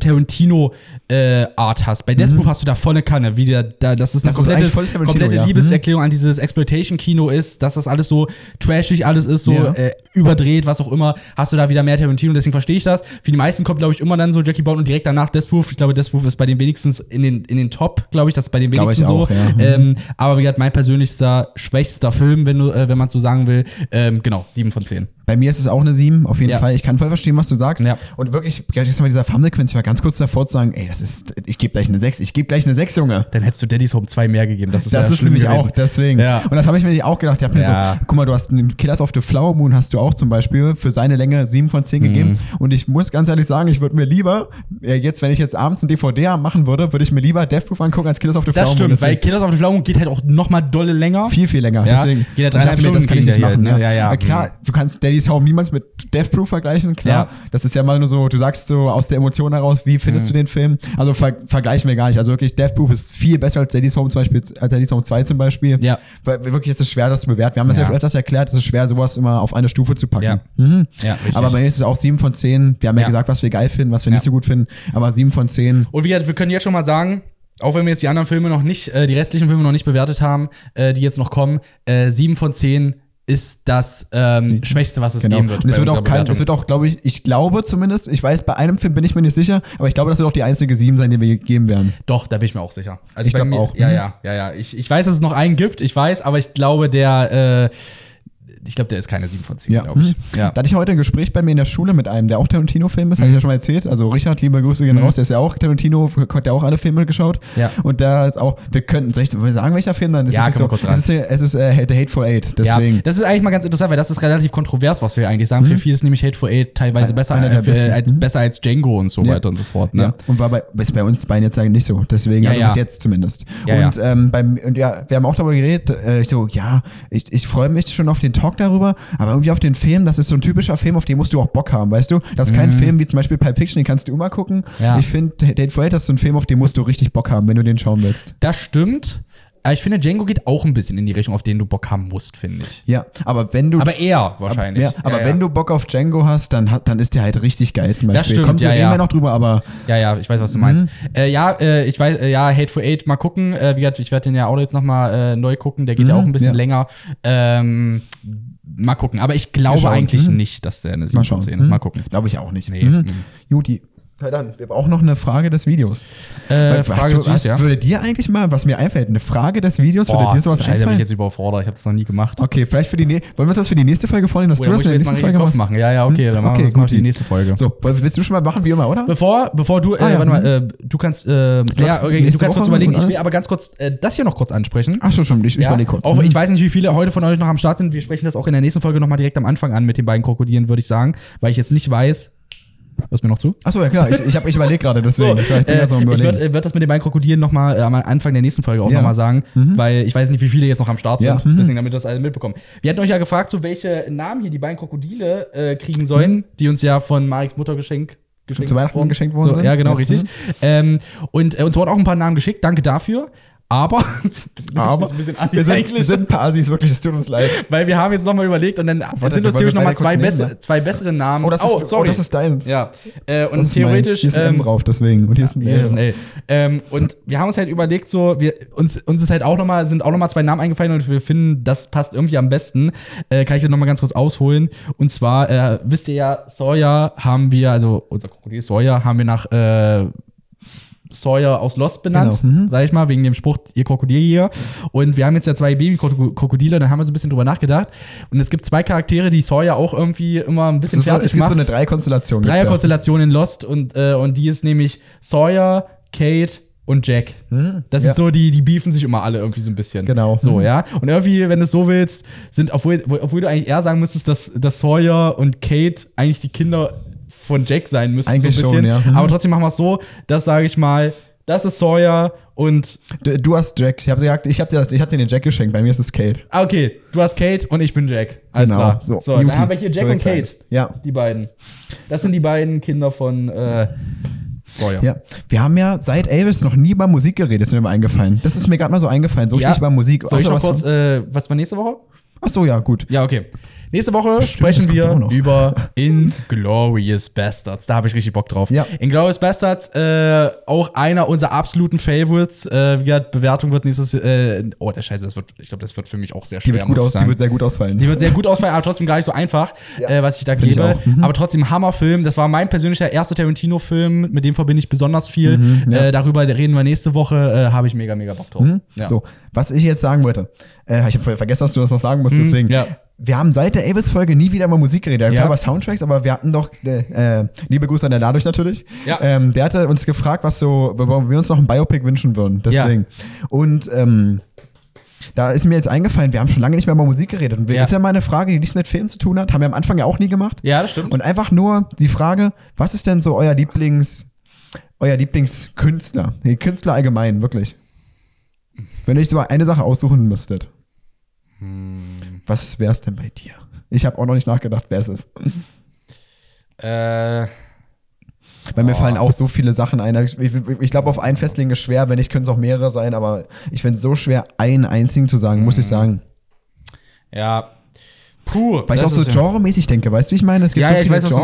Tarantino-Art hast. Bei Death Proof hast du da volle Kanne. Wie der, da, das ist eine
Mhm. Das ist
komplette,
eigentlich voll Tarantino,
komplette
ja.
Liebeserklärung an dieses Exploitation-Kino ist, dass das alles so trashig alles ist, so
Ja.
äh, überdreht, was auch immer. Hast du da wieder mehr Tarantino, deswegen verstehe ich das. Für die meisten kommt, glaube ich, immer dann so Jackie Brown und direkt danach Death Proof. Ich glaube, Death Proof ist bei den wenigstens in den, in den Top, glaube ich, das ist bei den
Glaube ich
wenigsten so.
auch, ja. Mhm.
Ähm, aber wie gesagt, mein persönlichster, schwächster Film, wenn, du, äh, wenn man so sagen will. Ähm, genau, 7 von 10.
Bei mir ist es auch eine 7, auf jeden
Ja.
Fall. Ich kann voll verstehen, was du sagst.
Ja.
Und wirklich, gestern bei dieser Farmsequenz, ich war ganz kurz davor zu sagen, ey, das ist, ich gebe gleich eine 6, ich gebe gleich eine 6, Junge.
Dann hättest du Daddy's Home 2 mehr gegeben. Das ist,
Das
ja
ist
schlimm
nämlich
gewesen.
auch, deswegen.
Ja.
Und das habe ich mir nicht auch gedacht. Ich habe mir
Ja.
so, guck mal, du hast den Killers of the Flower Moon hast du auch zum Beispiel für seine Länge 7 von
Mhm.
10 gegeben. Und ich muss ganz ehrlich sagen, ich würde mir lieber, äh, jetzt, wenn ich jetzt abends ein DVD machen würde, würde ich mir lieber Death Proof angucken als Killers of the
Das
Flower
stimmt,
Moon.
weil Killers auf the Flower Moon geht halt auch noch mal dolle länger.
viel, viel länger.
Ja,
Deswegen. Und
jeder
ich
dreieinhalb
dachte mir, das
Stunden
kann ich nicht
kriegen
machen.
die halt, ne? Ja, ja.
Na klar, du kannst Daddy's Home niemals mit Death Proof vergleichen, klar.
Ja.
Das ist ja mal nur so, du sagst so aus der Emotion heraus, wie findest du den Film? Also ver vergleichen wir gar nicht. Also wirklich, Death Proof ist viel besser als Daddy's Home zum Beispiel, als Daddy's Home 2 zum Beispiel.
Ja.
Weil wirklich ist es schwer, das zu bewerten. Wir haben das ja,
Ja.
schon öfters erklärt, es ist schwer, sowas immer auf eine Stufe zu packen.
Ja.
Mhm.
Ja, richtig.
Aber bei mir ist es auch 7 von 10. Wir haben ja,
Ja.
gesagt, was wir geil finden, was wir
Ja.
nicht so gut finden. Aber 7 von 10.
Und wie gesagt, wir können jetzt schon mal sagen, auch wenn wir jetzt die anderen Filme noch nicht, äh, die restlichen Filme noch nicht bewertet haben, äh, die jetzt noch kommen, äh, 7 von 10 ist das ähm, Schwächste, was es geben wird.
Genau. Und es
bei
wird
unserer
auch kein,
Bewertung.
es wird auch, glaube ich, ich glaube zumindest, ich weiß, bei einem Film bin ich mir nicht sicher, aber ich glaube, das wird auch die einzige 7 sein, die wir geben werden.
Doch, da bin ich mir auch sicher. Also
Ich
bei
glaub
mir-
auch.
Ja,
Mhm.
ja, ja, ja. Ich, ich weiß, dass es noch einen gibt, ich weiß, aber ich glaube, der, äh, ich glaube, der ist keine 7 von 10, glaube ich.
Hm. Da hatte ich heute ein Gespräch bei mir in der Schule mit einem, der auch Tarantino-Film
Mhm.
ist, hatte ich ja schon mal erzählt. Also Richard, liebe Grüße gehen raus, der ist ja auch Tarantino, hat ja auch alle Filme geschaut.
Ja.
Und da ist auch, wir könnten, soll ich soll ich sagen, welcher Film dann? Das
Ja,
ist
können wir kurz
es ist, es ist äh, The Hateful Eight, deswegen. Hm.
Ja, das ist eigentlich mal ganz interessant, weil das ist relativ kontrovers, was wir hier eigentlich sagen. Für viele ist nämlich Hate for Eight teilweise besser,
einer der
als,
besten.
äh, als,
Mhm.
besser als Django und so
Ja.
weiter und so fort. Ne?
Ja, und war bei, ist bei uns beiden jetzt eigentlich nicht so. Deswegen,
Ja,
also
ja.
bis jetzt zumindest.
Ja,
und, Ähm, beim, und ja, wir haben auch darüber geredet, äh, ich so, ja, ich, ich freue mich schon auf den Talk Bock darüber, aber irgendwie auf den Film, das ist so ein typischer Film, auf den musst du auch Bock haben, weißt du? Das ist kein Film wie zum Beispiel Pulp Fiction, den kannst du immer gucken.
Mhm. Ja.
Ich finde, Date for Hate, das ist so ein Film, auf den musst du richtig Bock haben, wenn du den schauen willst.
Das stimmt. Aber ich finde, Django geht auch ein bisschen in die Richtung, auf den du Bock haben musst, finde ich.
Ja, aber wenn du.
Aber eher wahrscheinlich.
ja, aber
ja,
wenn
ja.
du Bock auf Django hast, dann, hat- dann ist der halt richtig geil zum Beispiel.
stimmt,
Kommt
ja,
reden
ja.
wir noch drüber, aber
Ja, ja, ich weiß,
Mhm.
was du meinst. Äh, ja, äh, ich weiß, äh, ja, Hate for Eight, mal gucken. Äh, wie gesagt, ich werde den ja auch jetzt nochmal äh, neu gucken. Der geht ja
Mhm,
auch ein bisschen
ja.
länger. Ähm, mal gucken. Aber ich glaube
schauen.
eigentlich
Mhm.
nicht, dass der eine 7
mal schauen.
von 10.
Hm?
Mal gucken.
Glaube ich auch nicht.
Nee.
Mhm. Juti. Na dann, wir brauchen noch eine Frage des Videos.
Äh,
Hast du,
Frage des Videos,
hast,
ja.
Würde dir eigentlich mal, was mir einfällt, eine Frage des Videos, würde dir sowas
Scheiße, hab ich
einfallen?
jetzt überfordert. Ich habe das noch nie gemacht.
Okay, vielleicht für die nächste. Wollen wir uns das für die nächste Folge vornehmen, dass
Oh,
du
da
das
muss
in der
ich mir
nächsten
jetzt mal
Folge
den Kopf
machst?
machen. Ja, ja, okay, dann machen
Mhm. Okay,
wir das mal für die
gut.
nächste Folge.
So, woll- willst du schon mal machen, wie immer, oder?
Bevor, bevor du, äh,
Ah, ja,
warte mal, äh, du kannst, äh, ja, okay, du
nächste
kannst kurz
Woche
überlegen.
und
Ich will
alles?
aber ganz kurz äh, das hier noch kurz ansprechen.
Ach so, schon, ich, ich
Ja,
überlege kurz.
Auch,
Hm.
ich weiß nicht, wie viele heute von euch noch am Start sind. Wir sprechen das auch in der nächsten Folge nochmal direkt am Anfang an mit den beiden Krokodilen, würde ich sagen, weil ich jetzt nicht weiß. Hörst du mir noch zu?
Ach so, ja klar, ich, ich, hab- ich überlege gerade, deswegen. ich bin
äh,
ja so am
ich
Überlegen.
würde würd das mit den beiden Krokodilen nochmal äh, am Anfang der nächsten Folge auch
Ja. Mhm.
nochmal sagen, weil ich weiß nicht, wie viele jetzt noch am Start
Ja,
sind.
mhm.
Deswegen, damit das alle mitbekommen. Wir hatten euch ja gefragt, so welche Namen hier die beiden Krokodile äh, kriegen sollen, die uns ja von Mareks Mutter geschenkt geschenkt
Mhm. Zu Weihnachten
wurden.
geschenkt worden
so,
sind.
Ja, genau,
Ja, mhm.
richtig. Ähm, und äh, uns wurden auch ein paar Namen geschickt. Danke dafür. Aber,
Aber
ist ein bisschen
wir sind,
angeekelt.
wir sind ein paar Assis, wirklich, es tut uns leid.
Weil wir haben jetzt nochmal überlegt und dann
Warte,
sind uns
wir
theoretisch
wollen
nochmal
beide
zwei,
kurz nehmen,
bessere- zwei bessere Namen.
Oh, das ist, oh, das ist deins.
ja. Äh,
das ist
und
meins.
theoretisch.
Hier ist ein M
ähm,
drauf, deswegen. Und hier ist ein
ja, das ist ein
L.
L. Ähm, und wir haben uns halt überlegt, so, wir, uns, uns ist halt auch noch mal, sind auch nochmal zwei Namen eingefallen und wir finden, das passt irgendwie am besten. Äh, kann ich das nochmal ganz kurz ausholen. Und zwar, äh, wisst ihr ja, Sawyer haben wir, also unser Krokodil Sawyer haben wir nach äh, Sawyer aus Lost benannt,
Genau, mhm.
sag ich mal, wegen dem Spruch, ihr Krokodil hier. Und wir haben jetzt ja zwei Babykrokodile, dann haben wir so ein bisschen drüber nachgedacht. Und es gibt zwei Charaktere, die Sawyer auch irgendwie immer ein
Es,
bisschen
ist so,
fertig
es gibt
macht.
so eine Dreikonstellation. gibt's ja.
Dreierkonstellation in Lost und, äh, und die ist nämlich Sawyer, Kate und Jack. Das
Hm, ja.
ist so, die, die beefen sich immer alle irgendwie so ein bisschen.
Genau.
So,
Mhm.
ja. Und irgendwie, wenn du es so willst, sind, obwohl, obwohl du eigentlich eher sagen müsstest, dass, dass Sawyer und Kate eigentlich die Kinder von Jack sein müssen,
Eigentlich
so ein
schon,
bisschen.
ja. Mhm.
Aber trotzdem machen wir es so, dass sage ich mal, das ist Sawyer und
Du, du hast Jack. Ich habe gesagt, ich habe dir, das- ich hab dir den Jack geschenkt. Bei mir ist es Kate.
ah, okay, du hast Kate und ich bin Jack. Alles
Genau.
klar.
So,
So, dann
Juti.
haben wir hier Jack
So
und
klein.
Kate.
Ja.
Die beiden. Das sind die beiden Kinder von äh, Sawyer.
Ja, wir haben ja seit Elvis noch nie über Musik geredet, ist mir mal eingefallen. Das ist mir gerade mal so eingefallen, so richtig über Musik.
Soll ich
Außer
noch
was-
kurz, äh, was war nächste Woche?
Ach so, ja, gut.
Ja, okay. Nächste Woche
das
sprechen
kommt auch
wir
noch.
über Inglorious Bastards. Da habe ich richtig Bock drauf.
Ja.
Inglorious Bastards, äh, auch einer unserer absoluten Favorites. Äh, wie gesagt, Bewertung wird nächstes äh, Oh, der Scheiße, das wird, ich glaube, das wird für mich auch sehr schwer.
Die wird, gut
muss ich
aus, die
sagen.
wird sehr gut ausfallen.
Die wird sehr gut ausfallen, aber trotzdem gar nicht so einfach, äh, was ich da
ich
gebe.
auch. Mhm.
Aber trotzdem Hammerfilm. Das war mein persönlicher erster Tarantino-Film. Mit dem verbinde ich besonders viel.
Mhm,
äh, darüber reden wir nächste Woche. Äh, habe ich mega, mega Bock drauf. Ja.
So, was ich jetzt sagen wollte. Äh, ich habe vergessen, dass du das noch sagen musst, deswegen.
Hm, ja.
Wir haben seit der Elvis-Folge nie wieder über Musik geredet. Wir
Ja.
haben über Soundtracks, aber wir hatten doch, äh, äh, liebe Grüße an der Ladurch natürlich.
Ja.
Ähm, der hatte uns gefragt, was so, warum wir uns noch ein Biopic wünschen würden. Deswegen. Und ähm, da ist mir jetzt eingefallen, wir haben schon lange nicht mehr über Musik geredet. Und
Ja.
ist ja mal eine Frage, die nichts mit Filmen zu tun hat. Haben wir am Anfang ja auch nie gemacht.
Ja, das stimmt.
Und einfach nur die Frage, was ist denn so euer Lieblings, euer Lieblingskünstler? Nee, Künstler allgemein, wirklich. Wenn ihr euch so eine Sache aussuchen müsstet,
Hm.
was wäre es denn bei dir? Ich habe auch noch nicht nachgedacht, wer es ist.
Äh,
Bei
Oh.
mir fallen auch so viele Sachen ein. Ich, ich, ich glaube, auf einen festlegen ist schwer, wenn nicht, können es auch mehrere sein, aber ich finde es so schwer, einen einzigen zu sagen,
Hm.
muss ich sagen.
ja. Puh.
Weil ich auch
das
so
ist ja-
genremäßig denke, weißt du, wie ich meine? Es
Ja,
so
ja, ich weiß, was du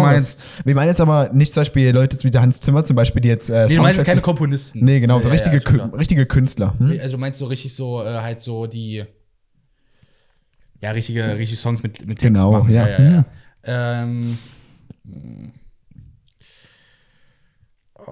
Wir meinen jetzt aber nicht zum Beispiel Leute wie der Hans Zimmer zum Beispiel, die jetzt äh,
Nee, du meinst
Soundtracks-
jetzt keine Komponisten.
Nee, genau, richtige,
ja, schon
Kün- richtige Künstler. Hm?
klar. Also du meinst so richtig so, äh, halt so die. Ja, richtige, richtige Songs mit, mit Text.
Genau,
machen.
ja.
ja, ja, ja. Ähm, hm. oh.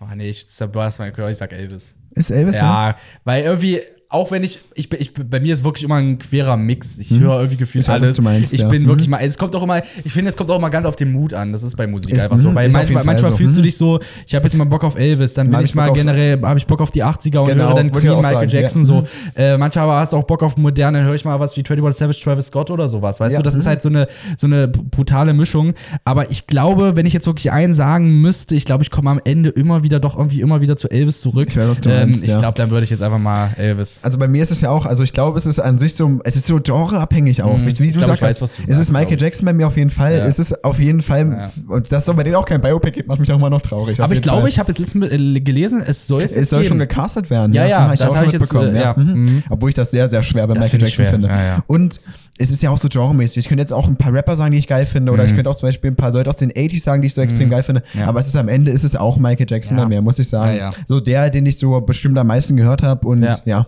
oh, nee, ich zerbarst meinen Körper, ich sag Elvis.
Ist Elvis? ne?
Ja, weil irgendwie, auch wenn ich, ich, bin- ich bin- bei mir ist wirklich immer ein querer Mix. Ich höre irgendwie gefühlt
Hm? Ich weiß, was
alles.
du meinst,
ich
ja.
bin
Mhm.
wirklich mal, es kommt auch immer, ich finde, es kommt auch immer ganz auf den Mut an. Das ist bei Musik
Ist-
einfach so.
mhm,
Weil
ist auf jeden
manchmal,
Fall
manchmal
so,
fühlst du
mhm.
dich so, ich habe jetzt mal Bock auf Elvis, dann bin
Hab
ich
ich
mal
Bock auf-
generell, habe ich Bock auf die 80er und
Genau,
höre dann
wollte ich
Queen,
auch
Michael
sagen, ja. Hm?
Jackson so. Äh, manchmal hast du auch Bock auf modern, dann höre ich mal was wie 21 Savage, Travis Scott oder sowas. Weißt
Ja,
du, das
mhm.
ist halt so eine, so eine brutale Mischung. Aber ich glaube, wenn ich jetzt wirklich einen sagen müsste, ich glaube, ich komme am Ende immer wieder doch irgendwie immer wieder zu Elvis zurück.
Ich weiß, was du
Ähm,
meinst,
Ich
ja.
glaube, dann würde ich jetzt einfach mal Elvis. ist.
Also bei mir ist es ja auch, also ich glaube, es ist an sich so, es ist so genreabhängig auch. Wie du
Mhm. ich glaub, ich
sagst,
weiß, was du
es
sagst,
ist Michael
glaub ich.
Jackson bei mir auf jeden Fall.
Ja.
Es ist auf jeden Fall,
Ja.
und dass es bei denen auch kein Biopic gibt, macht mich auch immer noch traurig.
aber
Auf
ich
jeden
glaube,
Fall.
ich habe jetzt letztens äh, gelesen, es soll es
es
jetzt
soll
geben.
schon gecastet werden.
Ja, ja,
hab
das hab ich jetzt,
mitbekommen.
äh,
ja.
ja.
Mhm. Obwohl ich das sehr, sehr schwer bei Michael
find ich
Jackson
schwer.
finde.
Ja, ja.
Und es ist ja auch so genremäßig. Ich könnte jetzt auch ein paar Rapper sagen, die ich geil finde. Oder ich könnte auch zum Beispiel ein paar Leute aus den 80s sagen, die ich so extrem geil finde.
Mhm. Ja.
Aber es ist am Ende ist es auch Michael Jackson
Ja.
bei mir, muss ich sagen.
Ja, ja.
So der, den ich so bestimmt am meisten gehört habe. Und
Ja.
ja.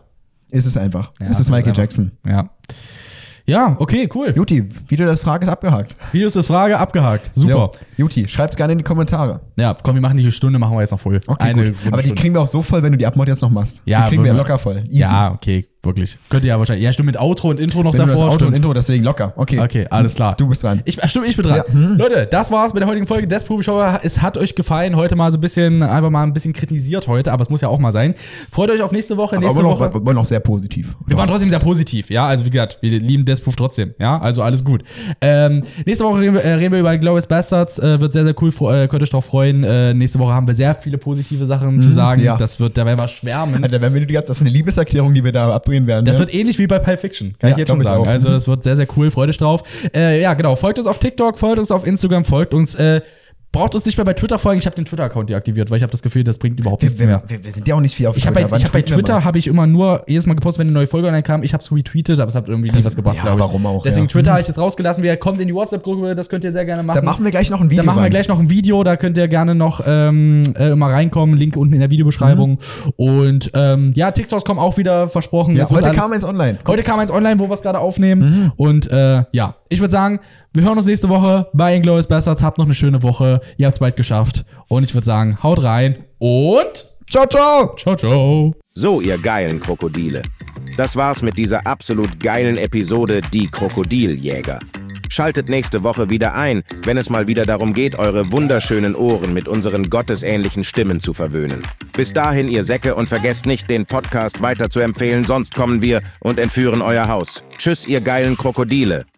ist es einfach.
Ja,
es
ist es
ist Michael
einfach.
Jackson.
ja. Ja, okay, cool.
Juti, wie du das fragst, ist abgehakt.
Videos ist Frage abgehakt. Super.
Jo. Juti, schreib's gerne in die Kommentare.
Ja. komm, wir machen die Stunde, machen wir jetzt noch voll.
gut.
gute
Aber die
Stunde.
kriegen wir auch so voll, wenn du die Abmord jetzt noch machst.
Ja,
die kriegen wir
würden wir-
locker voll. Easy.
Ja, okay, wirklich. Könnt ihr ja wahrscheinlich. Ja, stimmt, mit Outro und Intro noch
Wenn du das
davor.
Auto und
stimmt.
Intro, deswegen locker. Okay.
Okay, alles klar.
Du bist dran.
Ich, ach, stimmt, ich bin dran.
Ja, hm.
Leute, das war's mit der heutigen Folge des Profi Show. Es hat euch gefallen. Heute mal so ein bisschen, einfach mal ein bisschen kritisiert heute, aber es muss ja auch mal sein. Freut euch auf nächste Woche. Nächste
aber
Woche.
Noch, aber noch sehr positiv.
Wir waren trotzdem sehr positiv, ja. Also wie gesagt, wir lieben Deathproof trotzdem, ja. Also alles gut. Ähm, nächste Woche reden wir, äh, reden wir über Glorious Bastards. Äh, wird sehr, sehr cool. Fro- Äh, könnt euch drauf freuen. Äh, nächste Woche haben wir sehr viele positive Sachen zu sagen.
Mhm, ja.
Das wird, da werden wir schwärmen.
Alter, wenn wir die ganze, das ist eine Liebeserklärung, die wir da abdrehen werden.
Das
ne?
wird ähnlich wie bei Pulp Fiction, kann
Ja,
ich jetzt
glaub
schon
ich
sagen.
auch.
Also das wird sehr, sehr cool, freut euch drauf. Äh, ja, genau, folgt uns auf TikTok, folgt uns auf Instagram, folgt uns, äh, braucht uns nicht mehr bei Twitter folgen. Ich habe den Twitter-Account deaktiviert, weil ich habe das Gefühl, das bringt überhaupt
wir,
nichts mehr.
wir, wir, wir sind ja auch nicht viel auf
Ich habe bei,
Wann
ich hab bei
tweeten wir
Twitter
mal?
habe ich immer nur jedes Mal gepostet, wenn eine neue Folge online kam. Ich habe es retweetet, aber es hat irgendwie nie was gebracht,
ja,
glaub ich.
warum auch,
Deswegen
ja.
Twitter habe ich jetzt rausgelassen. Wir kommt in die WhatsApp-Gruppe, das könnt ihr sehr gerne machen.
Da machen wir gleich noch ein Video.
Da machen wir
rein.
gleich noch ein Video, da könnt ihr gerne noch ähm, äh, mal reinkommen. Link unten in der Videobeschreibung. Und ähm, ja, TikToks kommen auch wieder, versprochen.
Mhm. Ja,
Es ist
heute
alles-
kam eins Mhm. online.
Heute kam eins online, wo wir es gerade aufnehmen. Und äh, ja, ich würde sagen, wir hören uns nächste Woche bei Inglourious Bastards. Habt noch eine schöne Woche. Ihr habt es bald geschafft. Und ich würde sagen, haut rein und
Ciao, ciao!
ciao, ciao.
So, ihr geilen Krokodile. Das war's mit dieser absolut geilen Episode Die Krokodiljäger. Schaltet nächste Woche wieder ein, wenn es mal wieder darum geht, eure wunderschönen Ohren mit unseren gottesähnlichen Stimmen zu verwöhnen. Bis dahin, ihr Säcke, und vergesst nicht, den Podcast weiter zu empfehlen, sonst kommen wir und entführen euer Haus. Tschüss, ihr geilen Krokodile.